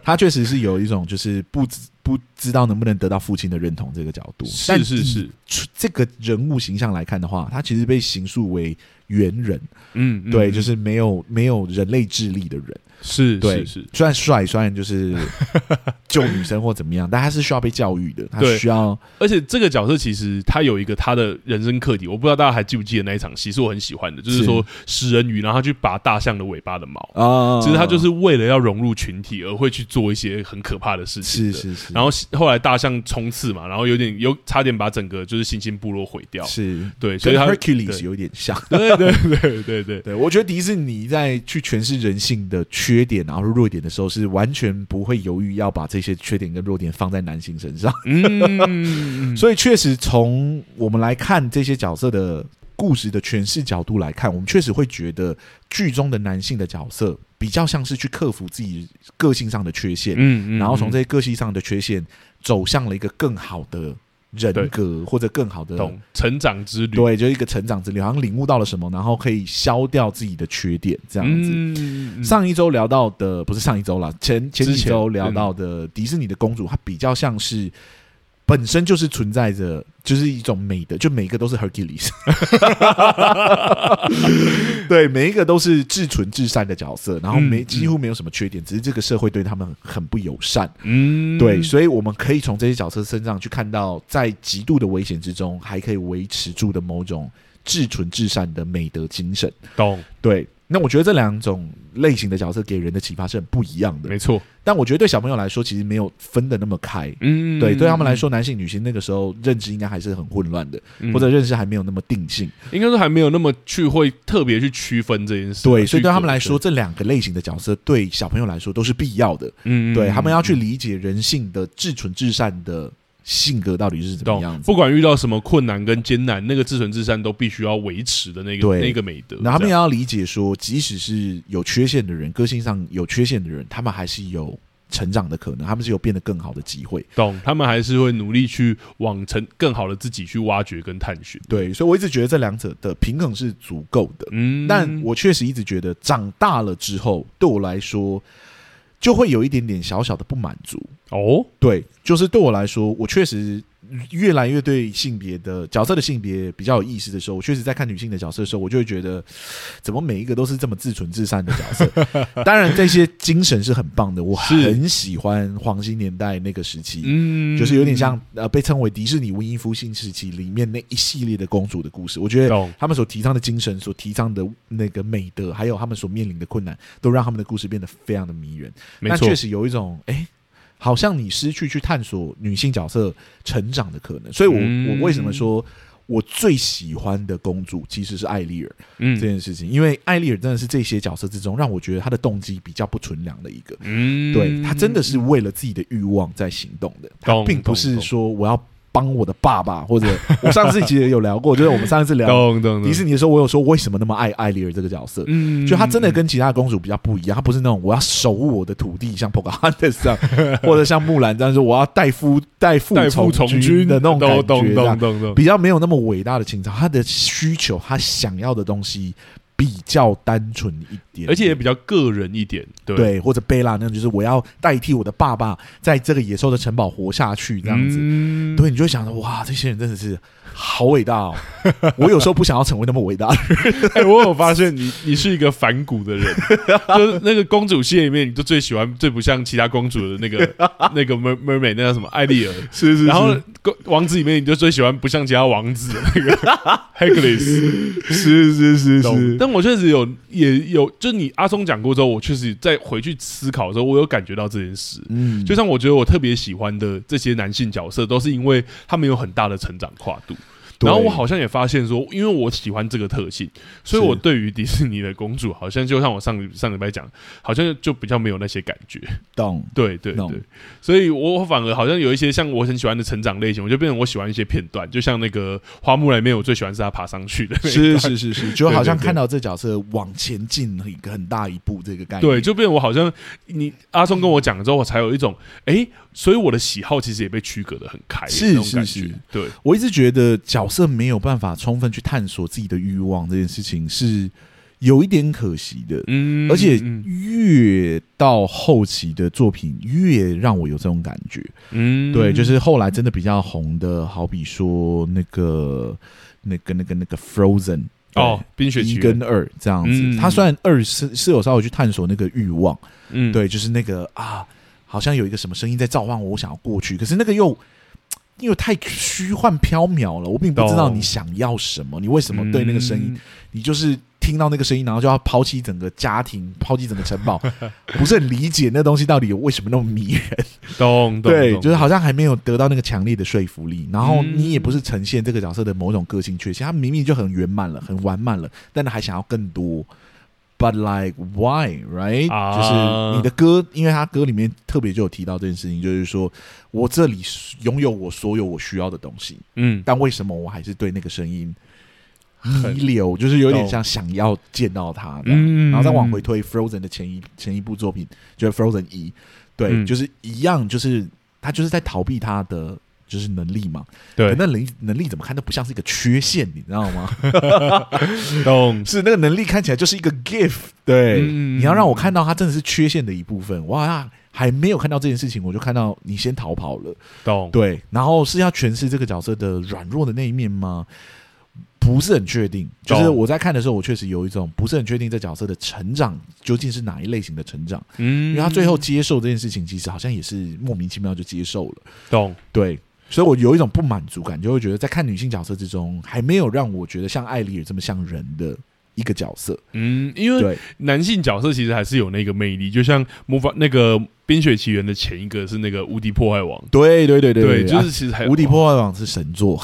他确实是有一种就是不知不知道能不能得到父亲的认同这个角度。
是
但
是
以
是，
这个人物形象来看的话，他其实被形塑为猿人，
嗯，嗯
对，就是没有没有人类智力的人。
是
对，
是是，
虽然帅，虽然就是 救女生或怎么样，但他是需要被教育的，他
对
需要
而且这个角色其实他有一个他的人生课题，我不知道大家还记不记得那一场戏，是我很喜欢的，就是
是
说食人鱼，然后他去拔大象的尾巴的毛。
啊，
其实他就是为了要融入群体而会去做一些很可怕的事情
是
的。
是是，
然后后来大象冲刺嘛，然后有点有差点把整个就是新兴部落毁掉。
是
对，所
跟
以他
Hercules 有点像。
对对对 对对
对，我觉得迪士尼在去诠释人性的缺点然后弱点的时候，是完全不会犹豫要把这些缺点跟弱点放在男性身上。
嗯，
所以，确实从我们来看这些角色的故事的诠释角度来看，我们确实会觉得剧中的男性的角色比较像是去克服自己个性上的缺陷，
嗯
然后从这些个性上的缺陷走向了一个更好的
对
人格或者更好的
懂成长之旅，
对，就是一个成长之旅，好像领悟到了什么，然后可以消掉自己的缺点，这样子。
嗯，
上一周聊到的不是上一周啦，前前
之
几
前
周聊到的迪士尼的公主，她比较像是本身就是存在着，就是一种美的，就每一个都是 Hercules，对，每一个都是至纯至善的角色，然后没
嗯
几乎没有什么缺点，只是这个社会对他们很不友善，
嗯
对，所以我们可以从这些角色身上去看到，在极度的危险之中，还可以维持住的某种至纯至善的美德精神。
懂，
对，那我觉得这两种类型的角色给人的启发是很不一样的
没。错，
但我觉得对小朋友来说，其实没有分的那么开。
嗯，
对，对他们来说，男性、女性那个时候认知应该还是很混乱的，
嗯，
或者认识还没有那么定性。
应该说还没有那么去会特别去区分这件事，
对，
去
所以对他们来
做
说，，这两个类型的角色对小朋友来说都是必要的。
嗯，
对
嗯
他们要去
嗯
理解人性的至纯至善的性格到底是怎么样
懂，
子
不。管遇到什么困难跟艰难，那个至纯至善都必须要维持的那个
对
那个美德，
然后他们
这
也
样
要理解说，即使是有缺陷的人，个性上有缺陷的人，他们还是有成长的可能，他们是有变得更好的机会。
懂，他们还是会努力去往成更好的自己去挖掘跟探寻，
对，所以我一直觉得这两者的平衡是足够的。
嗯，
但我确实一直觉得，长大了之后，对我来说就会有一点点小小的不满足。
哦，
对，就是对我来说，我确实越来越对性别的角色的性别比较有意识的时候，我确实在看女性的角色的时候，我就会觉得，怎么每一个都是这么自纯至善的角 色？当然，这些精神是很棒的，我
是
很喜欢黄金年代那个时期。
嗯，
就是有点像呃，被称为迪士尼文艺复兴时期里面那一系列的公主的故事。我觉得
懂，
他们所提倡的精神、所提倡的那个美德，还有他们所面临的困难，都让他们的故事变得非常的迷人。
没
但
错
确，实有一种哎。诶好像你失去去探索女性角色成长的可能，所以我、
嗯
我为什么说我最喜欢的公主其实是艾丽尔这
嗯
件事情？因为艾丽尔真的是这些角色之中让我觉得她的动机比较不纯良的一个。
嗯
对他真的是为了自己的欲望在行动的，他
懂
并不
懂
是
懂
说我要帮我的爸爸，或者我上次其实有聊 过，就是我们上一次聊
懂懂
迪士尼的时候，我有说为什么那么爱艾丽尔这个角色，
嗯
就她真的跟其他的公主比较不一样，她不是那种我要守护我的土地，像 Pocahontas 这样， 或者像木兰这样说我要代夫代父
代父从
从
军
的那种感
懂
觉
懂
这样
懂懂懂，
比较没有那么伟大的情操，她的需求，她想要的东西比较单纯一点，
而且也比较个人一点，对
对，或者贝拉那样，就是我要代替我的爸爸在这个野兽的城堡活下去这样子。
嗯
对，你就会想着哇，这些人真的是好伟大哦！ 我有时候不想要成为那么伟大的人。
哎、我有发现你，你是一个反骨的人， 就是那个公主系列里面，你就最喜欢、最不像其他公主的 那个那个 mer mermaid，那叫什么艾丽尔。
是是
然后公王子里面，你就最喜欢不像其他王子的 那个 Hercules。
是是是
懂但我确实有也有，就是你阿松讲过之后，我确实在回去思考的时候，我有感觉到这件事。
嗯，
就像我觉得我特别喜欢的这些男性角色，都是因为他们有很大的成长跨度。
对
然后我好像也发现说，因为我喜欢这个特性，所以
是
我对于迪士尼的公主，好像就像我上个上礼拜讲，好像就比较没有那些感觉。
懂
对对
懂
对，所以我反而好像有一些像我很喜欢的成长类型，我就变成我喜欢一些片段，就像那个花木兰里面，我最喜欢是她爬上去的那一
是
段
是是是，就好像
对对对
看到这角色往前进了一个很大一步这个概念。
对，就变成我好像你阿松跟我讲了之后，我才有一种哎、诶所以我的喜好其实也被区隔的很开，
是
那种
是
感
是
觉对，
我一直觉得角色没有办法充分去探索自己的欲望这件事情是有一点可惜的，
嗯
而且
嗯
越到后期的作品越让我有这种感觉。
嗯
对，就是后来真的比较红的，好比说那个、那个、那个、那个 Frozen
哦，冰雪
对。
奇
一
缘
跟二这样子，
嗯
他虽然二是是有稍微去探索那个欲望，
嗯，
对，就是那个啊，好像有一个什么声音在召唤我，我想要过去，可是那个又因为太虚幻缥缈了，我并不知道
懂
你想要什么，你为什么对那个声音，
嗯
你就是听到那个声音，然后就要抛弃整个家庭，抛弃整个城堡， 不是很理解那东西到底为什么那么迷人。
懂懂，
对，
懂
就是好像还没有得到那个强烈的说服力，然后
嗯
你也不是呈现这个角色的某种个性缺陷，他明明就很圆满了，很完满了，但他还想要更多。But like why, right？、
啊
就是你的歌，因为他歌里面特别就有提到这件事情，就是说我这里拥有我所有我需要的东西，
嗯，
但为什么我还是对那个声音遗留，就是有点像想要见到他这样。
嗯
然后再往回推 Frozen 的前一前一部作品，就是 Frozen 一，对，
嗯
就是一样，就是他就是在逃避他的就是能力嘛。
对，
那能力能力怎么看都不像是一个缺陷，你知道吗？
懂
是那个能力看起来就是一个 gift，对，
嗯
你要让我看到它真的是缺陷的一部分，哇。还没有看到这件事情，我就看到你先逃跑了。
懂，
对，然后是要诠释这个角色的软弱的那一面吗？不是很确定。就是
懂
我在看的时候，我确实有一种不是很确定这角色的成长究竟是哪一类型的成长，
嗯
因为他最后接受这件事情，其实好像也是莫名其妙就接受了。
懂，
对，所以我有一种不满足感，就会觉得在看女性角色之中，还没有让我觉得像艾丽尔这么像人的一个角色。
嗯，因为
对，
男性角色其实还是有那个魅力，就像魔法那个《冰雪奇缘》的前一个是那个无敌破坏王，
对，对，对，对，对，
就
啊
是其实还哦
无敌破坏王是神作，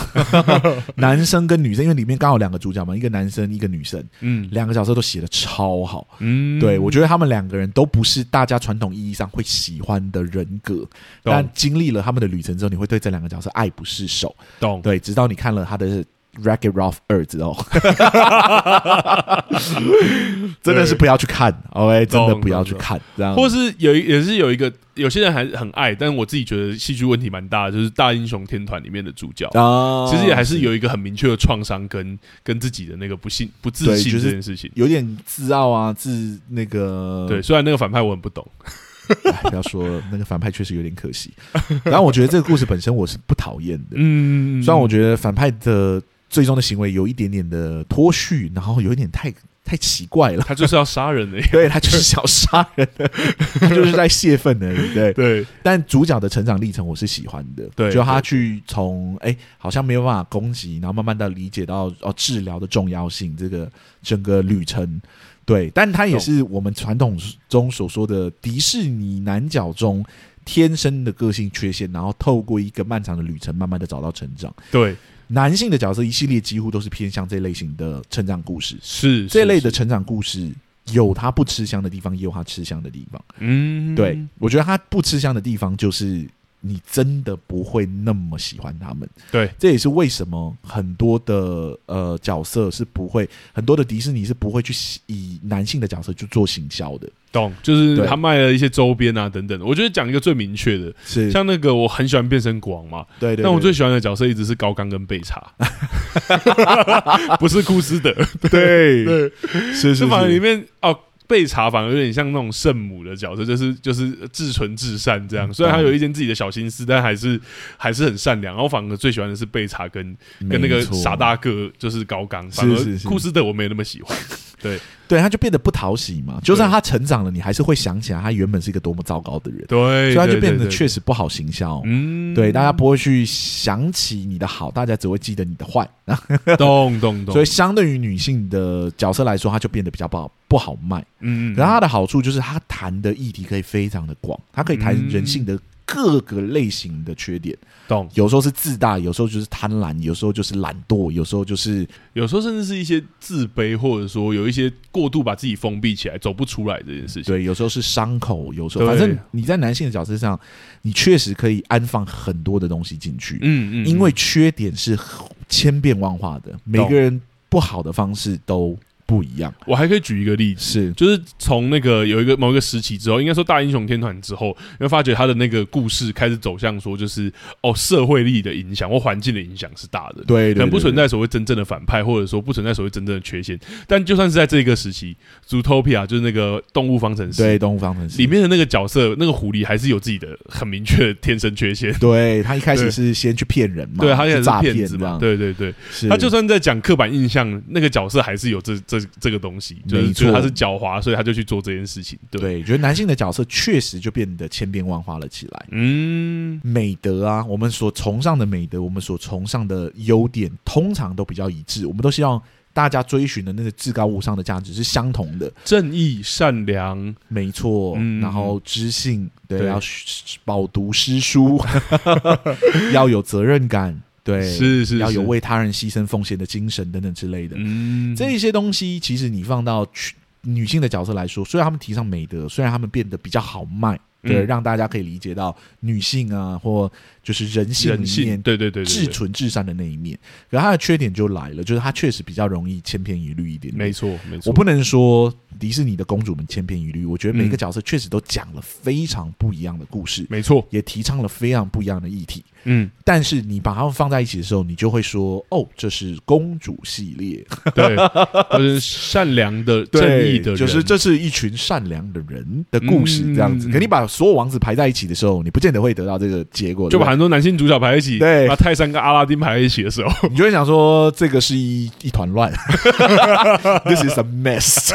男生跟女生，因为里面刚好两个主角嘛，一个男生，一个女生，
嗯
两个角色都写的超好。
嗯，
对我觉得他们两个人都不是大家传统意义上会喜欢的人格，但
懂
经历了他们的旅程之后，你会对这两个角色爱不释手。
懂，
对，直到你看了他的《Racket Ralph 二》之 后，真的是不要去看，OK，真的不要去看，这样。
或是有一也是有一个有些人还很爱，但我自己觉得戏剧问题蛮大的，就是《大英雄天团》里面的主角。
啊
其实也还是有一个很明确的创伤跟跟自己的那个不信不自
对
信
就
这
是
件事情。
有点自傲啊，自那个
对，，虽然那个反派我很不懂，
哎不要说了那个反派确实有点可惜。 然后我觉得这个故事本身我是不讨厌的，
嗯，
虽然我觉得反派的最终的行为有一点点的脱序，然后有一点太太奇怪 了。
他就是要杀人欸的，
对他就是想杀 人的，他就是在泄愤而已。 对，
对，
但主角的成长历程我是喜欢的，
对
就他去从哎、好像没有办法攻击，然后慢慢的理解到哦治疗的重要性，这个整个旅程，对，但他也是我们传统中所说的迪士尼男角中天生的个性缺陷，然后透过一个漫长的旅程，慢慢的找到成长。
对，
男性的角色一系列几乎都是偏向这类型的成长故事，
是
这类的，
是
成长故事有他不吃香的地方，也有他吃香的地方。
嗯，
对，我觉得他不吃香的地方就是你真的不会那么喜欢他们。
对，
这也是为什么很多的呃角色是不会，很多的迪士尼是不会去以男性的角色去做行销的。
懂，就是
对
他卖了一些周边啊等等的。我觉得讲一个最明确的，
是，
像那个我很喜欢变身国王嘛，
对对
但我最
对
喜欢的角色一直是高刚跟 贝查，不是库斯德，
对对，是
是
是
反而里
是，
面哦。贝查反而有点像那种圣母的角色，就是就是至纯至善这样。虽然他有一点自己的小心思，但还是还是很善良。然后反而最喜欢的是贝查跟跟那个
没错
傻大个，就是高刚。
是
反而
是是
库斯德我没那么喜欢。对
对，他就变得不讨喜嘛。就算他成长了，你还是会想起来他原本是一个多么糟糕的人，
对，
所以他就
对
变得
对
确实不好行销。
嗯
对，大家不会去想起你的好，大家只会记得你的坏。
懂懂懂。
所以，相对于女性的角色来说，它就变得比较不好不好卖。
嗯，嗯
然后它的好处就是它谈的议题可以非常的广，它可以谈
嗯
人性的各个类型的缺点，
懂，
有时候是自大，有时候就是贪婪，有时候就是懒惰，有时候就是
有时候甚至是一些自卑，或者说有一些过度把自己封闭起来，走不出来这件事情。
对，有时候是伤口，有时候
对
反正你在男性的角色上，你确实可以安放很多的东西进去，
嗯，嗯嗯，
因为缺点是千变万化的，每个人不好的方式都不一样，
我还可以举一个例子。
是
就是从那个有一个某一个时期之后，应该说大英雄天团之后，你会发觉他的那个故事开始走向说，就是哦，社会力的影响或环境的影响是大的，
对，对
可能不
对
存
对
在所谓真正的反派，或者说不存在所谓真正的缺陷。但就算是在这个时期，Zootopia 就是那个动物方程式
对动物方程式
里。面的那个角色，那个狐狸还是有自己的很明确的天生缺 陷。
对他一开始
对
是先去骗人嘛，
对，他也
去
是
诈
骗子
这
嘛。
样，
对对对，
是
他就算在讲刻板印象，那个角色还是有这这这个东西，就是
没
觉得
错
他是狡猾，所以他就去做这件事情。对，
对，觉得男性的角色确实就变得千变万化了起来。
嗯，
美德啊，我们所崇尚的美德，我们所崇尚的优点，通常都比较一致。我们都希望大家追寻的那个至高无上的价值是相同的，
正义、善良，
没错。
嗯
然后知性，对，
对
要识饱读诗 书， 要有责任感，对，
是是
要有，
是
为他人牺牲奉献的精神等等之类的。
嗯，
这一些东西，其实你放到去女性的角色来说，虽然她们提倡美德，虽然她们变得比较好卖，对，
嗯
让大家可以理解到女性啊，或就是人性
人
里
性，
面
对对对对，
至
对
纯至善的那一面。可她的缺点就来了，就是她确实比较容易千篇一律一点点
没错没错，
我不能说迪士尼的公主们千篇一律，我觉得每个
嗯
角色确实都讲了非常不一样的故事，
没错，
也提倡了非常不一样的议题。
嗯，
但是你把它们放在一起的时候，你就会说，哦，这是公主系列，
对，或者是善良的、
对
正义的人，
就是这是一群善良的人的故事，
嗯
这样子。
嗯
可你把所有王子排在一起的时候，你不见得会得到这个结果，
就把
对
很多男性主角排在一起，
对
把泰山跟阿拉丁排在一起 的时候，
不对你就会想说这个是一一团 乱，This is a mess，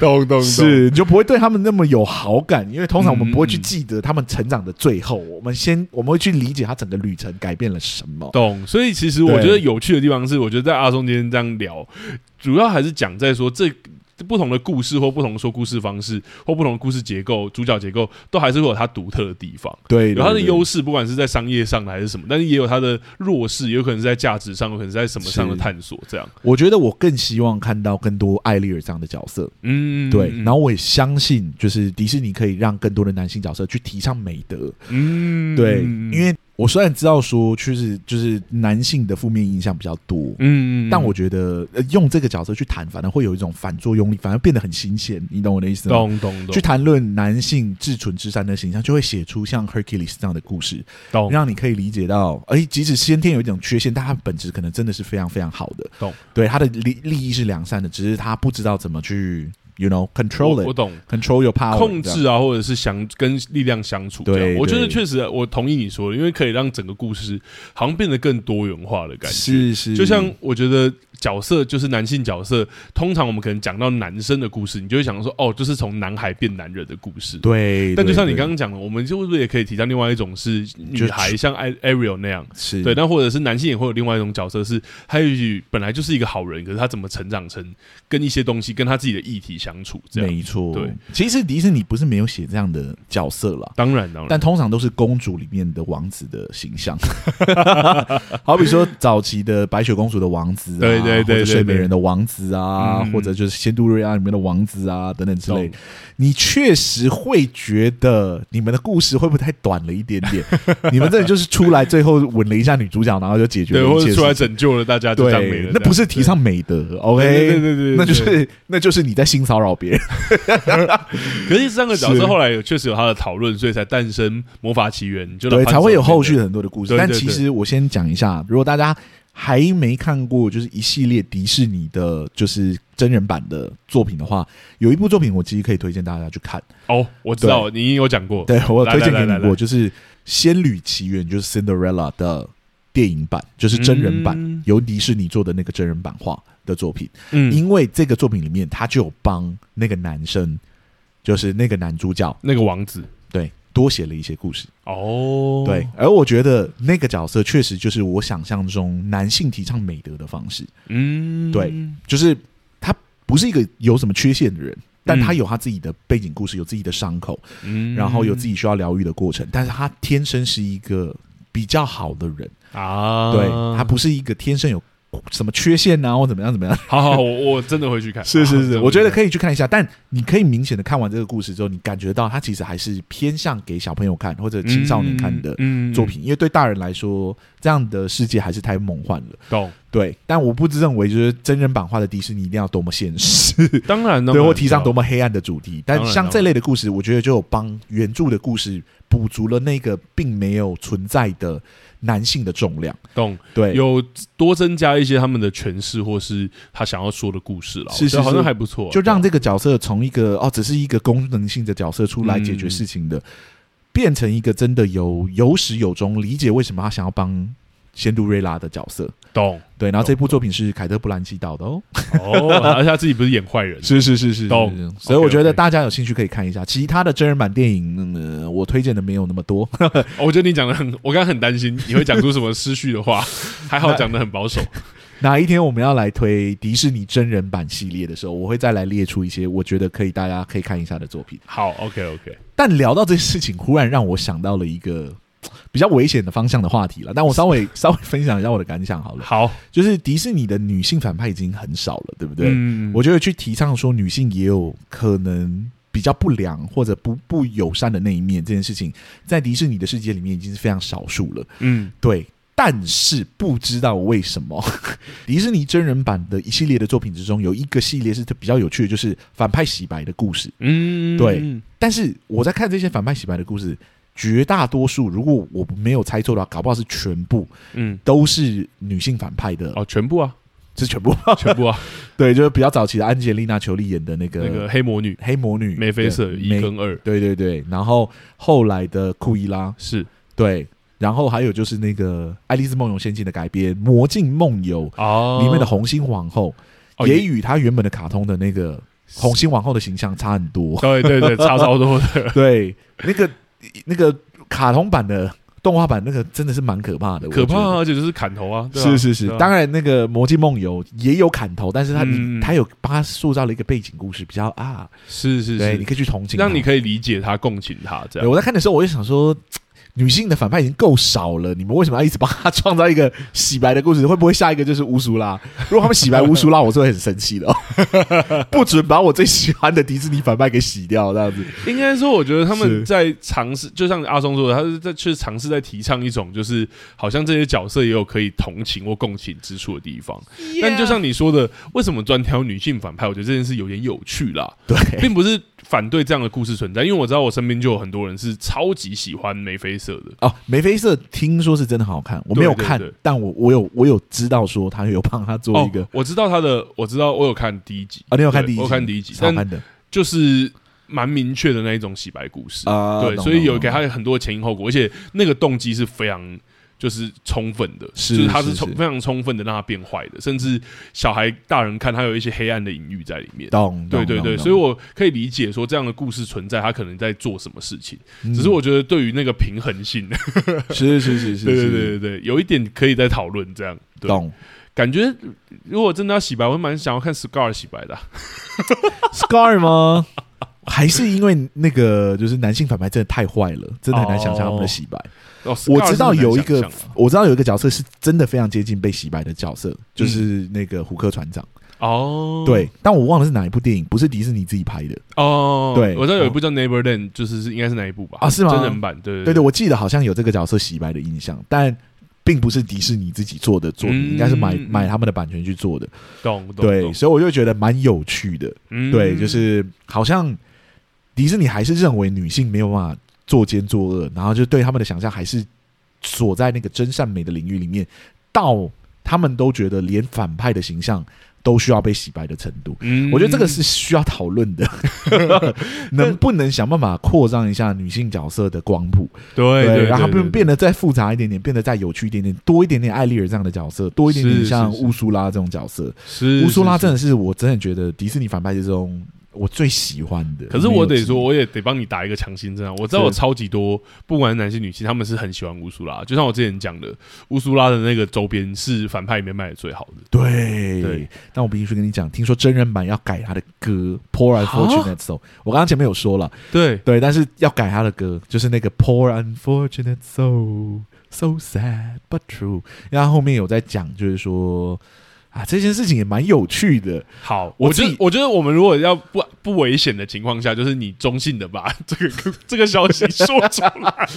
懂懂
是你就不会对他们那么有好感，因为通常我们
嗯
不会去
嗯
记得他们成长的最后，我们先我们会去理解他整个旅程改变了什么。
懂，所以其实我觉得有趣的地方是，我觉得在阿松今天这样聊，主要还是讲在说这不同的故事或不同说故事方式或不同的故事结构、主角结构，都还是会有它独特的地方，
对，
有它的
对对
优势，不管是在商业上的还是什么，但是也有它的弱势，也有可能是在价值上，有可能是在什么上的
是
探索，这样，
我觉得我更希望看到更多艾丽尔这样的角色，
嗯，
对，然
后，
后我也相信，就是迪士尼可以让更多的男性角色去提倡美德，
嗯，
对，
嗯
因，为我虽然知道说，确实就是男性的负面影响比较多，
嗯，
但我觉得、呃用这个角色去谈，反而会有一种反作用力，反而变得很新鲜，你懂我的意思吗？
懂懂懂
去谈论男性至纯至善的形象，就会写出像 Hercules 这样的故事，
懂，
让你可以理解到，哎、即使先天有一种缺陷，但他本质可能真的是非常非常好的。
懂，
对，他的利利益是良善的，只是他不知道怎么去，you know control
我
it，
我懂。
control your power，
控
这样。
制啊，或者是相跟力量相处这
对
样。我觉得
对
确实，我同意你说的，因为可以让整个故事好像变得更多元化的感觉。
是是，
就像我觉得角色就是男性角色，通常我们可能讲到男生的故事，你就会想说，哦，就是从男孩变男人的故事。
对，
但就
对
像你
对
刚刚讲的，我们是不是也可以提到另外一种是
就
女
是
孩，像艾 Ariel 那样？
是
对，但或者是男性也会有另外一种角色是，他也许本来就是一个好人，可是他怎么成长成跟一些东西跟他自己的议题相处，这样
没错。
对，
其实迪士尼不是没有写这样的角色啦，
当然当然，
但通常都是公主里面的王子的形象， 好比说早期的白雪公主的王子啊，
对对对对
或者睡美人的王子啊，
嗯
或者就是仙杜瑞安里面的王子啊等等之类
懂，
你确实会觉得你们的故事会不会太短了一点 点？你们这里就是出来最后吻了一下女主角，然后就解决
对，
了
或
一切
者
事
出来
情
拯救了大家，就这样没
对
了，
那
这样
不是提倡美德，OK？
对对对对对
那就
对
是那就是你在性骚扰别人，
可是三个角
是
色后来有确实有他的讨论，所以才诞生《魔法奇缘》，就
对，
让潘
才会有
少变
后续
得。
很多的故事。
对
但
对
其
对
实我先讲一下，如果大家还没看过，就是一系列迪士尼的，就是真人版的作品的话，有一部作品我其实可以推荐大家去看。
哦，我知道你已经有讲过，
对我
来
推荐给
来来
你
来
过，就是《仙女奇缘》，就是 Cinderella 的电影版，就是真人版，
嗯
由迪士尼做的那个真人版化的作品。
嗯，
因为这个作品里面，他就有帮那个男生，就是那个男主角，
那个王子
对，多写了一些故事。
哦，
对，，而我觉得那个角色确实就是我想象中男性提倡美德的方式，
嗯，
对就是他不是一个有什么缺陷的人，但他
嗯
有他自己的背景故事，有自己的伤口，
嗯
然后有自己需要疗愈的过程，但是他天生是一个比较好的人，
啊，
对他不是一个天生有什么缺陷啊或怎么样怎 么样，
好好，我我真的会去看，
我觉得
以，
可以去看一下，但你可以明显的看完这个故事之后，你感觉到他其实还是偏向给小朋友看或者青少年看的。
嗯
作，品，因为对大人来说，这样的世界还是太梦幻了。
嗯懂？
对，但我不认为就是真人版化的迪士尼一定要多么现实，
当然，
对，或提倡多
懂？
么黑暗的主题。但
当然
像这类的故事，我觉得就有帮原著的故事补足了那个并没有存在的男性的重量。
懂？
对，
有多增加一些他们的诠释，或是他想要说的故事了，
是
我觉
是
得好
是
像还不错，啊
就让
对
这个角色从一个哦，只是一个功能性的角色出来解决事情
嗯
的，变成一个真的有有始有终，理解为什么他想要帮仙杜瑞拉的角色。
懂
对，然后这部作品是凯特·布兰奇导的哦。
哦，而且他自己不是演坏人，啊
是是是是
懂
是是所以我
OK，OK
觉得大家有兴趣可以看一下，其他的真人版电影，嗯，呃我推荐的没有那么多。
哦我觉得你讲的很，我刚刚很担心你会讲出什么失序的话， 还好讲的 很保守。
哪一天我们要来推迪士尼真人版系列的时候，我会再来列出一些我觉得可以大家可以看一下的作品。
好，OK OK，
但聊到这件事情，忽然让我想到了一个嘖比较危险的方向的话题了。但我稍微 稍微分享一下我的感想好了，
好，
就是迪士尼的女性反派已经很少了，对不对？
嗯
我觉得去提倡说女性也有可能比较不良或者不不友善的那一面，这件事情在迪士尼的世界里面已经是非常少数了。
嗯
对，但是不知道为什么， 迪士尼真人版的一系列的作品之中，有一个系列是比较有趣的，就是反派洗白的故事。
嗯，
对但是我在看这些反派洗白的故事，绝大多数如果我没有猜错的话，搞不好是全部
嗯，
都是女性反派的，
哦，全部啊，
是全部。
全部啊，
对，就是比较早期的安吉丽娜·裘丽演的那个
那个黑魔女
黑魔女
梅菲瑟
对
一
梅
跟二
对对对，然后后来的库伊拉，
是
对，然后还有就是那个《爱丽丝梦游仙境》的改编，《魔境梦游》
哦
里面的红心皇后，
哦
也
也
与她原本的卡通的那个红心皇后的形象差很多。
对 对对，差超多的，
对，那个那个卡通版的动画版那个真的是蛮可怕的，
可怕啊，
我
而且就是砍头啊，
觉得。
对啊
是是是，
对啊
当然那个《魔境梦游》也有砍头，但是他
嗯嗯嗯
他有帮他塑造了一个背景故事，比较啊，
是是
对，你
是，
可以去同情她，
让你可以理解他，共情他这
对，
样。
我在看的时候，我就想说，嘖女性的反派已经够少了，你们为什么要一直帮她创造一个洗白的故事？会不会下一个就是乌苏拉？如果他们洗白乌苏拉，我是会很生气的、哦， 不准把我最喜欢的迪士尼反派给洗掉，这样子。
应该说，我觉得他
是
们在尝试，就像阿松说的，他是在去尝试在提倡一种，就是好像这些角色也有可以同情或共情之处的地方。但就像你说的，为什么专挑女性反派？我觉得这件事有点有趣啦，
对，
并不是反对这样的故事存在，因为我知道我身边就有很多人是超级喜欢梅菲瑟的。
哦，梅菲瑟听说是真的好看，我没有看，
对对对
但我我有我有知道说他有帮他做一个
哦，我知道他的，我知道我有看第一集，
啊、你有看
对
第一集？
我有看第一集
好看的
就是蛮明确的那一种洗白故事。
啊
对，
懂
所以
懂
有
懂
给他很多前因后果，而且那个动机是非常就是充分的，
是
就是他
是
是充
是
非常充分的让他变坏的，甚至小孩大人看他有一些黑暗的隐喻在里面。
懂，
对
懂
对
懂
对，
懂
所以我可以理解说这样的故事存在，他可能在做什么事情。
嗯
只是我觉得对于那个平衡性，
是是是是，
对对
是
对对对，有一点可以再讨论这样。对，
懂。
感觉如果真的要洗白，我会蛮想要看 Scar 洗白的啊、
Scar 吗？还是因为那个就是男性反派真的太坏了，真的很难想象他们的洗白。
哦，
我
Scar
知道
是很难
有一个
想象啊，
我知道有一个角色是真的非常接近被洗白的角色，就是那个胡克船长。
哦，
对，但我忘了是哪一部电影，不是迪士尼自己拍的
哦，
对
我知道有一部叫 Neighborland，就是是应该是哪一部吧？
啊？是吗？
真人版，对
对对，我记得好像有这个角色洗白的印象，但并不是迪士尼自己做的作品，
嗯
应该是买
嗯
买他们的版权去做的。
懂懂
对，
懂
所以我就觉得蛮有趣的。
嗯
对，就是好像迪士尼还是认为女性没有办法作奸作恶，然后就对他们的想象还是锁在那个真善美的领域里面，到他们都觉得连反派的形象都需要被洗白的程度。
嗯
我觉得这个是需要讨论 的，能不能想办法扩张一下女性角色的光谱？
对对，
让他
对
们变得再复杂一点点，变得再有趣一点点，多一点点艾丽尔这样的角色，多一点点
是
像
是是
乌苏拉这种角色。
是
乌苏拉真
的。
的是我真的觉得迪士尼反派之中我最喜欢的。
可是我
没有
得
之
说，
一，
我也得帮你打一个强心针啊！我知道
是
我超级多，不管是男性女性，他们是很喜欢乌苏拉。就像我之前讲的，乌苏拉的那个周边是反派里面卖的最好的。
对
对
但我必须跟你讲，听说真人版要改他的歌《Poor Unfortunate Soul》，我刚刚前面有说了，
对，
对，但是要改他的歌，就是那个 Poor Unfortunate Soul。So sad but true。然后后面有在讲，就是说啊，这件事情也蛮有趣的。
好，
我
我觉
自
得
己
我觉得我们如果要不不危险的情况下，就是你中性的把这个 这个消息说出来。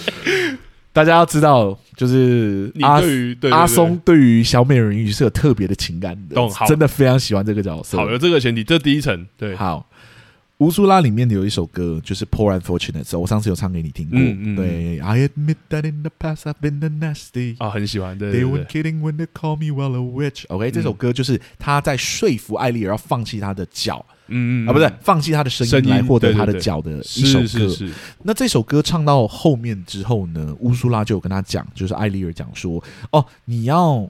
大家要知道，就是
你
阿
对于对对对
阿松对于小美人鱼是有特别的情感的
懂好，
真的非常喜欢这个角色。
好有这个前提，这第一层对，
好，乌苏拉里面有一首歌就是《Poor Unfortunate》，我上次有唱给你听过。
嗯嗯
对，I admit that in the past I've been a nasty。
啊，很喜欢，对
They
对嗯
were
对，
kidding when they call me well a witch. OK，、这首歌就是他在说服艾丽尔要放弃他的脚、
嗯
啊，不是放弃他的声
声音
来获得
对对
他的
对
脚的一首歌。
是是是，
那这首歌唱到后面之后呢，乌苏拉就有跟他讲，就是艾丽尔讲说，哦，你要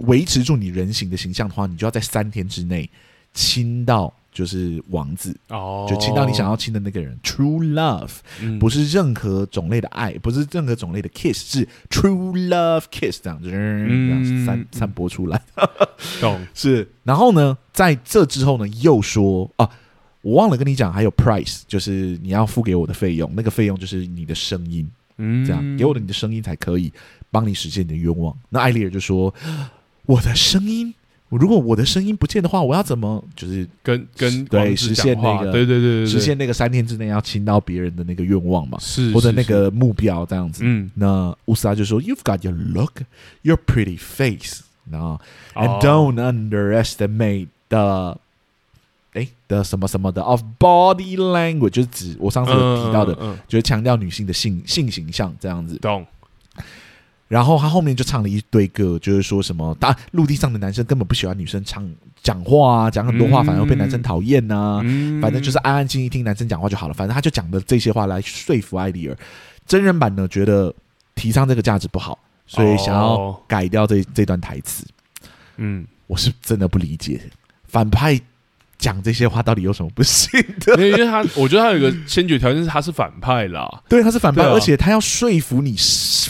维持住你人形的形象的话，你就要在三天之内亲到就是王子，
哦，
就亲到你想要亲的那个人、t r u e love，
嗯
不是任何种类的爱，不是任何种类的 kiss，是 true love kiss 这样子，这样子散
嗯
散播出来。
懂，
是，然后呢，在这之后呢，又说啊，我忘了跟你讲，还有 price，就是你要付给我的费用，那个费用就是你的声音，
嗯，
这样、给我的你的声音才可以帮你实现你的愿望。那艾丽尔就说，我的声音，如果我的声音不见的话，我要怎么就是
跟跟
对
王子
实现
讲话
那个
对对对对，对
实现那个三天之内要亲到别人的那个愿望嘛，
是
或者
是
那
是
个目标这样子？
嗯
那乌斯拉就说，You've got your look, your pretty face，然后。
哦
and don't underestimate the 哎的什么什么的 of body language，就是指我上次有提到的，
嗯嗯嗯
就是强调女性的性性形象这样子。
懂，
然后他后面就唱了一堆歌，就是说什么，大陆地上的男生根本不喜欢女生唱讲话啊，讲很多话
嗯
反而会被男生讨厌啊呐、
嗯
反正就是安安静静听男生讲话就好了。反正他就讲的这些话来说服艾丽尔。真人版呢，觉得提倡这个价值不好，所以想要
哦
改掉这这段台词。
嗯，
我是真的不理解，反派讲这些话到底有什么不行的？
因为因为他，我觉得他有一个先决条件是他是反派 啦，
对，他是反派，
对啊
而且他要说服你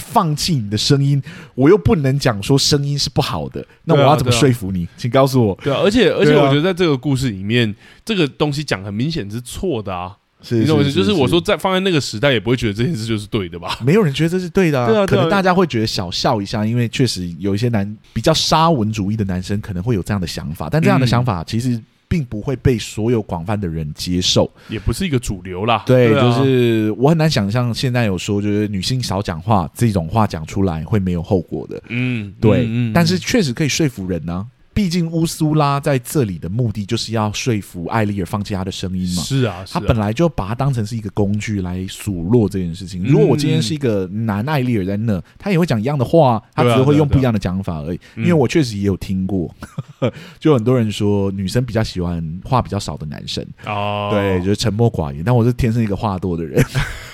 放弃你的声音，我又不能讲说声音是不好的，那我
对啊
要怎么
对啊
说服你？请告诉我，
对啊，而且而且
对啊
我觉得在这个故事里面，这个东西讲很明显是错的啊，
是
你懂我意思？就是我说在放在那个时代也不会觉得这件事就是对的吧？
没有人觉得这是对的、
对啊对啊
可能大家会觉得小笑一下，因为确实有一些男比较沙文主义的男生可能会有这样的想法，但这样的
嗯
想法其实并不会被所有广泛的人接受。
也不是一个主流啦，
对，
嗯啊
就是我很难想象现在有说，就是女性少讲话这种话讲出来会没有后果的，
嗯，
对，
嗯嗯
但是确实可以说服人呢、毕竟乌苏拉在这里的目的就是要说服艾丽尔放弃她的声音嘛，
是啊，
她
是啊
本来就把它当成是一个工具来数落这件事情。如果我今天是一个男艾丽尔在那，他也会讲一样的话，他只
对啊
是会
对啊
用
对啊
不一样的讲法而已。
嗯
因为我确实也有听过， 就很多人说女生比较喜欢话比较少的男生。
哦，
对，就是沉默寡言。但我是天生一个话多的 人，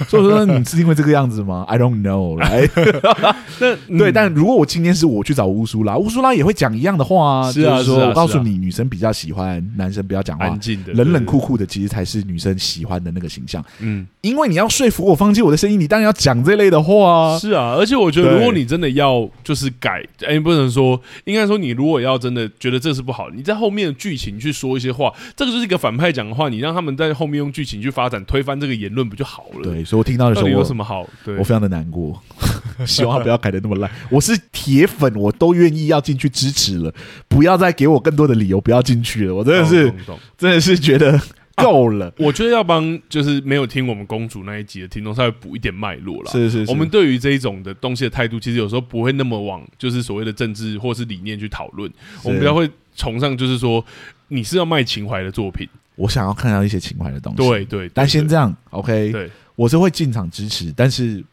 所以我说你是因为这个样子吗？I don't know，来、
那
对。
嗯
但如果我今天是我去找乌苏拉，乌苏拉也会讲一样的话啊，
是啊
就是
啊是
说
啊
我告诉你，女生比较喜欢男生不要讲话
安，静的，
冷冷
对
酷，酷的，其实才是女生喜欢的那个形象。
对对嗯，
因为你要说服我放弃我的声音，你当然要讲这类的话啊。
是啊，而且我觉得，
对
如果你真的要就是改，哎、不能说，应该说你如果要真的觉得这是不好，你在后面的剧情去说一些话，这个就是一个反派讲的话，你让他们在后面用剧情去发展推翻这个言论不就好了？，
对，所以我听到的时
到
候，
底有
我
什么好？对
我，非常的难过， 希望他不要改的那么烂。我是铁粉，我都愿意要进去支持了，不要再给我更多的理由不要进去了。我真的是
哦懂。懂懂
真的是觉得够了，
我觉得要帮就是没有听我们公主那一集的听众稍微补一点脉络啦。
是是是，
我们对于这一种的东西的态度，其实有时候不会那么往就是所谓的政治或是理念去讨论，我们比较会崇尚就是说你是要卖情怀的作品，
我想要看到一些情怀的东西。
对，对，
但
对
先
对
这样，OK，
对
我是会进场支持，但是。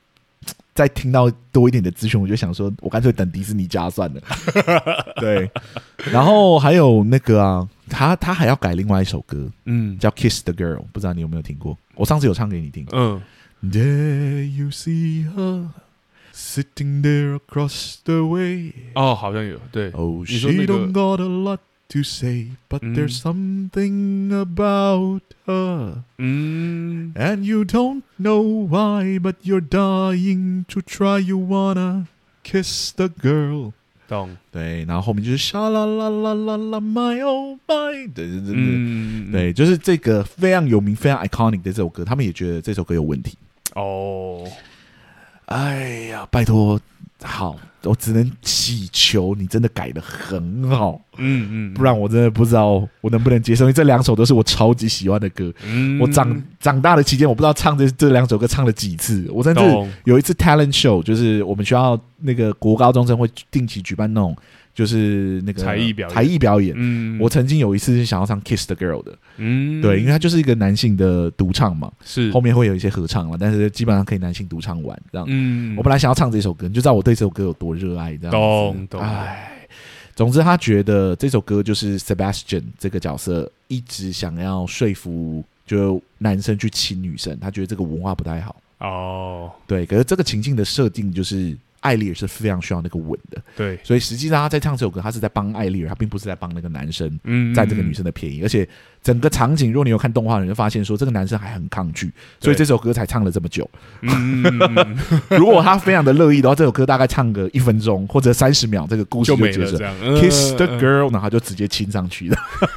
在听到多一点的资讯，我就想说，我干脆等迪士尼加算 了。对，然后还有那个啊，他他还要改另外一首歌，
嗯
叫《Kiss the Girl》，不知道你有没有听过？我上次有唱给你听。
嗯，
There you see her sitting there across the way.
哦，好像有对，
Oh,
你说
she
那个
don't got a lot to say, but
嗯
there's something about her,
嗯
and you don't know why, but you're dying to try. You wanna kiss the girl.
懂，
对，然后后面就是沙啦啦啦啦啦，My Oh My，对对对对、
嗯，
对，就是这个非常有名、非常 iconic 的这首歌，他们也觉得这首歌有问题。
哦，
哎呀，拜托，好，我只能祈求你真的改的很好，
嗯嗯，
不然我真的不知道我能不能接受。因为这两首都是我超级喜欢的歌，
嗯
我长长大的期间，我不知道唱这这两首歌唱了几次。我甚至
懂
有一次 talent show，就是我们学校那个国高中生会定期举办那种，就是那个
才艺表演
才艺表演。
嗯，
我曾经有一次是想要唱《Kiss the Girl》的，
嗯
对，因为它就是一个男性的独唱嘛，
是
后面会有一些合唱嘛，但是基本上可以男性独唱完这样。
嗯，
我本来想要唱这首歌，你就知道我对这首歌有多热爱，这样子
懂懂
哎，总之他觉得这首歌就是 Sebastian 这个角色一直想要说服，就男生去亲女生，他觉得这个文化不太好。
哦，
对，可是这个情境的设定就是艾丽尔是非常需要那个吻的，
对，
所以实际上他在唱这首歌，他是在帮艾丽尔，他并不是在帮那个男生。
嗯，
占这个女生的便宜，而且整个场景，如果你有看动画，你就发现说这个男生还很抗拒，所以
对
这首歌才唱了这么久。
嗯，嗯嗯嗯
如果他非常的乐意的话，这首歌大概唱个一分钟或者三十秒，这个 故事
就没
结
了
束
这。样。
Kiss the
嗯
girl，然后他就直接亲上去了，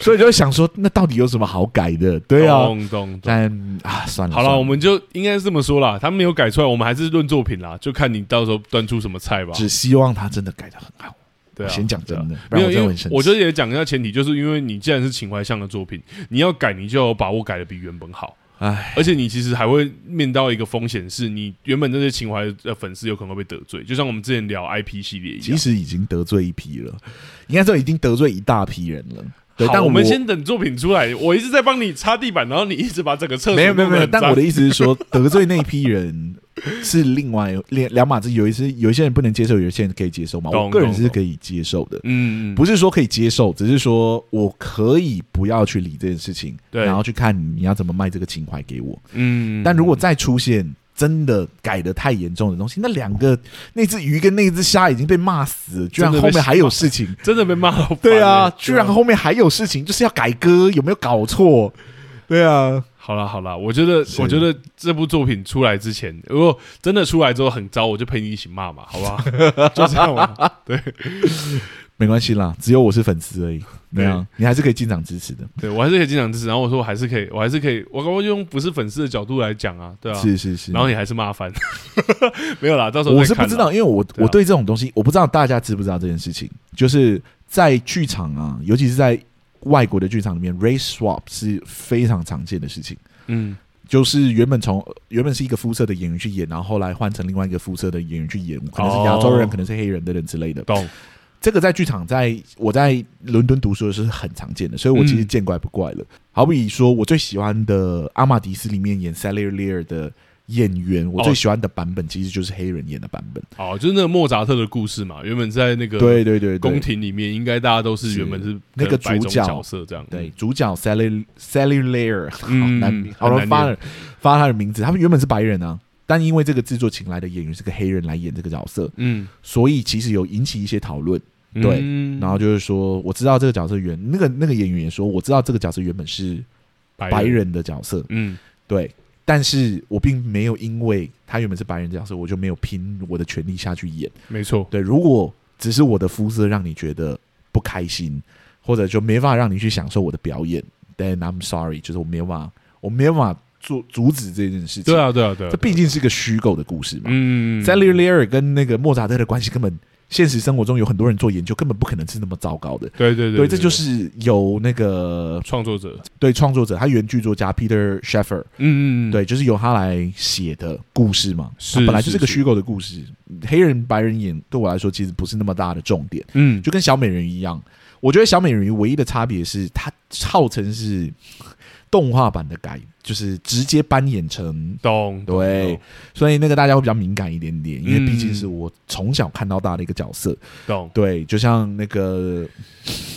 所以就会想说，那到底有什么好改的？对啊，
懂懂懂。
但啊，算了，
哦好
算
了，我们就应该是这么说啦。他没有改出来，我们还是论作品啦，就看你到时候端出什么菜吧。
只希望他真的改的很好。
对啊，
先讲真的
对啊
不然我
没有，
真的
因
很
为
生气
我觉得也讲一下前提，就是因为你既然是情怀向的作品，你要改，你就要有把握改的比原本好。
唉，
而且你其实还会面到一个风险，是你原本这些情怀的粉丝有可能会被得罪，就像我们之前聊 IP 系列一
其
样。
实已经得罪一批了，应该说已经得罪一大批人了。对，
好
但
我们
我
先等作品出来。我一直在帮你擦地板，然后你一直把整个厕所
没有没有
弄
没有，
得很
但
脏
我的意思是说，得罪那一批人是另外两两码子，有一些有一些人不能接受，有一些人可以接受嘛。我
懂
个人
懂
是
懂
可以接受的，
嗯，嗯
不是说可以接受，只是说我可以不要去理这件事情，
对
然后去看你要怎么卖这个情怀给我。
嗯，
但如果再出现真的改的太严重的东西，那两个那只鱼跟那只虾已经被骂死了，居然
真的被
后面还有事情。
真的被骂到烦欸，
对啊，居
对
然
啊
后面还有事情，就是要改歌，有没有搞错？对啊，
好啦好啦，我觉得
是
我觉得这部作品出来之前，如果真的出来之后很糟，我就陪你一起骂嘛，好 不好？就这样嘛。
没关系啦，只有我是粉丝而已。对啊
对，
你还是可以进场支持的。
对我还是可以经常支持，然后我说我还是可以，我还是可以，我刚刚用不是粉丝的角度来讲啊，对啊。
是是是。
然后你还是骂翻， 没有啦，到时候
我
再
是
看
不
啦
知道，，因为我
对啊
我对这种东西，我不知道大家知不知道这件事情，就是在剧场啊，尤其是在外国的剧场里面，race swap 是非常常见的事情。
嗯
就是原本从呃原本是一个肤色的演员去演，然后后来换成另外一个肤色的演员去演，可能是亚洲人，
哦
可能是黑人的人之类的。
懂，
这个在剧场在我在伦敦读书的时候是很常见的，所以我其实
嗯
见怪不怪了。好比说我最喜欢的《阿玛迪斯》里面演 Sally Lear 的演员，我
哦
最喜欢的版本其实就是黑人演的版本。
哦，就是那个莫扎特的故事嘛，原本在那个
对对对对，
宫廷里面，应该大家都是
是
原本是
那个
可能白
主
种
角
角色这样，
对，主角 Sally Sally Lear，好
嗯，
难
嗯，
好
很
了
难
发
念
了发他的名字，他们原本是白人啊，但因为这个制作请来的演员是个黑人来演这个角色，
嗯
所以其实有引起一些讨论。对
嗯
然后就是说我知道这个角色原那个那个演员也说我知道这个角色原本是白，人的角色，
嗯，
对，但是我并没有因为他原本是白人的角色，我就没有拼我的全力下去演。
没错，
对，如果只是我的肤色让你觉得不开心，或者就没办法让你去享受我的表演，then I'm sorry，就是我没有办法，我没有办法做阻止这件事情。
对，啊，对啊，对啊，
这毕竟是个虚构的故事嘛。
嗯，
塞利利尔跟那个莫扎特的关系根本，现实生活中有很多人做研究，根本不可能是那么糟糕的。
对对
对，这就是由那个
创作者，
对创作者，他原剧作家 Peter Sheffer，
嗯嗯，嗯，
对，就是由他来写的故事嘛。
是
它本来就是个
是
虚构的故事，黑人白人演对我来说其实不是那么大的重点，
嗯，
就跟小美人鱼一样。我觉得小美人鱼唯一的差别是，它号称是动画版的改，就是直接扮演成。
懂，懂
对，所以那个大家会比较敏感一点点，因为毕竟
嗯
是我从小看到大的一个角色。
懂。懂
对，就像那个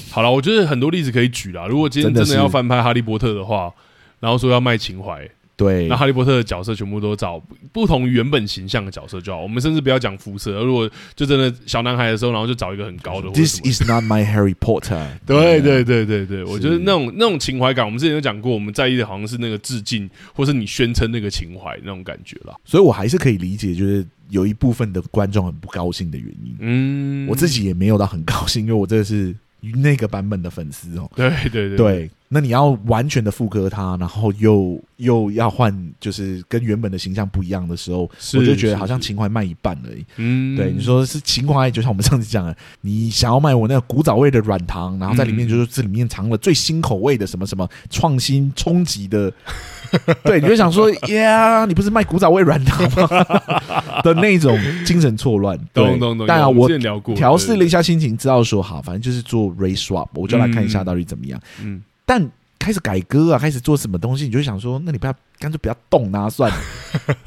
好了，我觉得很多例子可以举啦。如果今
真
天
的
真
是嗯
的要翻拍《哈利波特》的话，然后说要卖情怀，
对
那哈利波特的角色全部都找不同于原本形象的角色就好。我们甚至不要讲肤色，如果就真的小男孩的时候，然后就找一个很高的或者
，This
什么。
is not my Harry Potter
对
嗯
对对对对，我觉得
是
那种那种情怀感，我们之前有讲过，我们在意的好像是那个致敬，或是你宣称那个情怀那种感觉啦。
所以我还是可以理解，就是有一部分的观众很不高兴的原因。
嗯，
我自己也没有到很高兴，因为我真的是那个版本的粉丝哦。
对对对
对，那你要完全的复刻它，然后又又要换，就是跟原本的形象不一样的时候，
是
我就觉得好像
是是
情怀卖一半而已。
嗯
对，你说是情怀，就像我们上次讲的，你想要卖我那个古早味的软糖，然后在里面
嗯
就是这里面藏了最新口味的什么什么创新冲击 的，对，你就想说，呀，你不是卖古早味软糖吗？的那种精神错乱。对
懂懂懂，
当
有
然
们
我
之前聊过
调试了一，
对
下心情，知道说好，反正就是做 race swap，我
嗯
就来看一下到底怎么样。
对对嗯，
但开始改歌啊，开始做什么东西，你就会想说，那你不要干脆不要动啊，算了，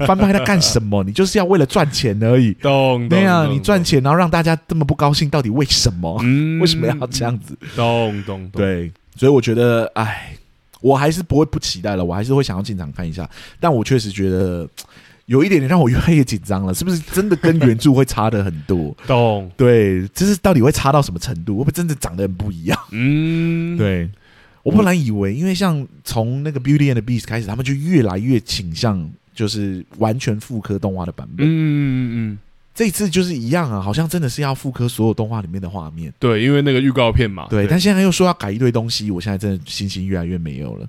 翻拍它干什么？你就是要为了赚钱而已。
懂懂
对啊，
懂
你赚钱，然后让大家这么不高兴，到底为什么？
嗯
为什么要这？样子？
懂懂懂，
对，所以我觉得，哎，我还是不会不期待了，我还是会想要进场看一下。但我确实觉得有一点点让我越来越紧张了，是不是真的跟原著会差的很 多？
懂，
对，就是到底会差到什么程度？会不会真的长得很不一 样？
嗯，
对。 我本来以为，因为像从那个《Beauty and the Beast》开始，他们就越来越倾向就是完全复刻动画的版
嗯，
本。
嗯嗯嗯，
这一次就是一样啊，好像真的是要复刻所有动画里面的画面。
对，因为那个预告片嘛，
对，但现在又说要改一堆东西，我现在真的信心越来越没有了，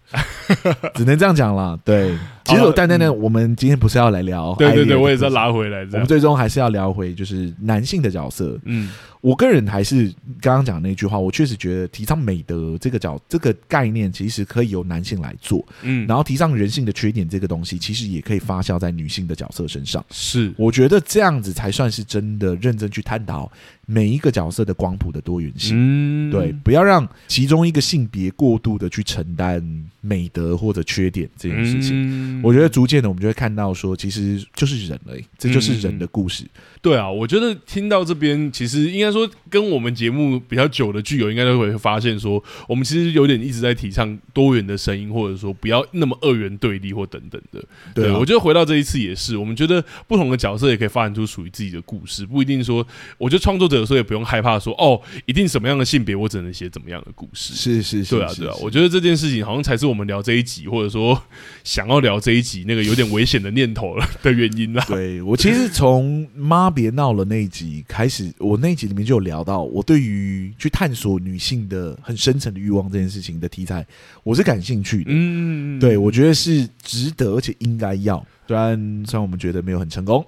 只能这样讲啦。对，其实
好
我
了
但但但，
嗯
我们今天不是要来聊，
对对对，我也是要。拉回来，
我
这样
们，最终还是要聊回就是男性的角色，
嗯，
我个人还是刚刚讲的那句话，我确实觉得提倡美德这个角这个概念，其实可以由男性来做，
嗯，
然后提倡人性的缺点这个东西，其实也可以发酵在女性的角色身上。
是
我觉得这样子才算是真的认真去探讨每一个角色的光谱的多元性。
嗯，
对，不要让其中一个性别过度的去承担美德或者缺点这件事情。
情
我觉得逐渐的，我们就会看到说，其实就是人类，这就是人的故事。
对啊，我觉得听到这边，其实应该说跟我们节目比较久的剧友，应该都会发现说，我们其实有点一直在提倡多元的声音，或者说不要那么二元对立或等等的。对,、
啊
我觉得回到这一次也是，我们觉得不同的角色也可以发展出属于自己的故事，不一定说，我觉得创作者有时候也不用害怕说，哦，一定什么样的性别我只能写怎么样的故事。
是是是，
对啊，
是
对啊，
是
我觉得这件事情好像才是我们聊这一集，或者说想要聊这一集那个有点危险的念头了的原因啦。
对我其实从《妈别闹了》那一集开始，我那一集里面就有聊到，我对于去探索女性的很深层的欲望这件事情的题材，我是感兴趣的。
嗯，
对，我觉得是值得，而且应该要。虽然虽然我们觉得没有很成功，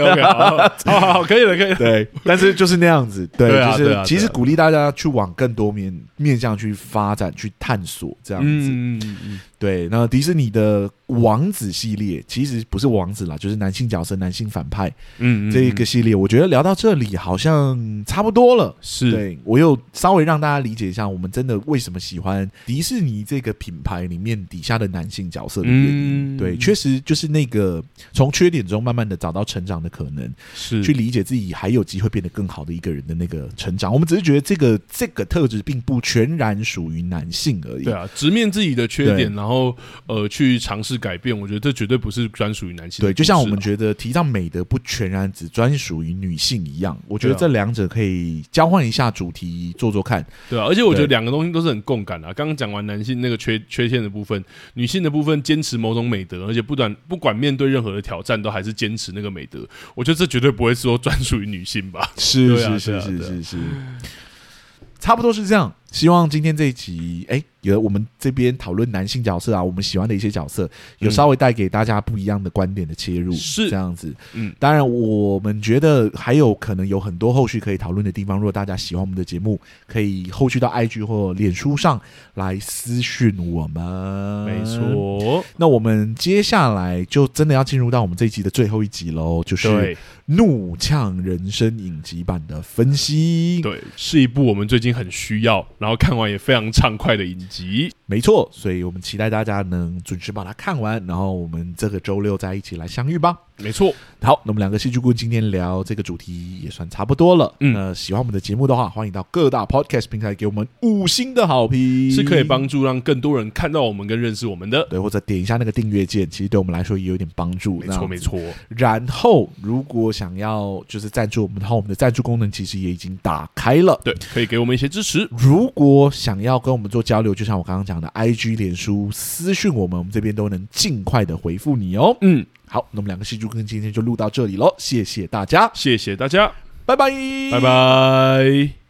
OK，好，好好，可以了，可以了。
对，但是就是那样子，对，
对啊
就是
对啊
其实
对啊
鼓励大家去往更多面面向去发展、去探索这样子。
嗯嗯嗯，
对，那迪士尼的王子系列其实不是王子啦，就是男性角色、男性反派。
嗯，嗯
这一个系列，我觉得聊到这里好像差不多了。
是
对我又稍微让大家理解一下，我们真的为什么喜欢迪士尼这个品牌里面底下的男性角色的原因。
嗯
对，确实就是那个从缺点中慢慢的找到成长的可能，
是
去理解自己还有机会变得更好的一个人的那个成长。我们只是觉得这个这个特质并不全然属于男性而已。
啊对啊，直面自己的缺点，然后呃，去尝试式改变，我觉得这绝对不是专属于男性的
对，
故事啊。
就像我们觉得提倡美德不全然只专属于女性一样，我觉得
对啊
这两者可以交换一下主题做做看。
对啊，而且我觉得
对
两个东西都是很共感的、啊。刚刚讲完男性那个缺缺陷的部分，女性的部分坚持某种美德，而且不管不管面对任何的挑战，都还是坚持那个美德。我觉得这绝对不会说专属于女性吧。
是
对
是
啊
是
对啊
是
对啊
是是，差不多是这样。希望今天这一集，哎、有我们这边讨论男性角色啊，我们喜欢的一些角色，有
嗯
稍微带给大家不一样的观点的切入，
是
这样子。
嗯，
当然，我们觉得还有可能有很多后续可以讨论的地方。如果大家喜欢我们的节目，可以后续到 IG 或脸书上来私讯我们。
没。错，
那我们接下来就真的要进入到我们这一集的最后一集喽，就是《
对
怒呛人生》影集版的分析。
对，是一部我们最近很需要，然后看完也非常畅快的影集。
没错，所以我们期待大家能准时把它看完，然后我们这个周六再一起来相遇吧。
没错，
好，那我们两个戏剧顾问今天聊这个主题也算差不多了。
嗯
那喜欢我们的节目的话，欢迎到各大 podcast 平台给我们五星的好评，
是可以帮助让更多人看到我们跟认识我们的。
对，或者点一下那个订阅键，其实对我们来说也有点帮助。
没
那
错，没。错，
然后，如果想要就是赞助我们的话，我们的赞助功能其实也已经打开了。
对，可以给我们一些支持。
如果想要跟我们做交流，就像我刚刚讲的，IG、脸书私讯我们，我们这边都能尽快的回复你哦。
嗯，
好，那我们两个戏剧跟今天就录到这里喽，谢谢大家，
谢谢大家，
嗯拜拜，
拜。拜。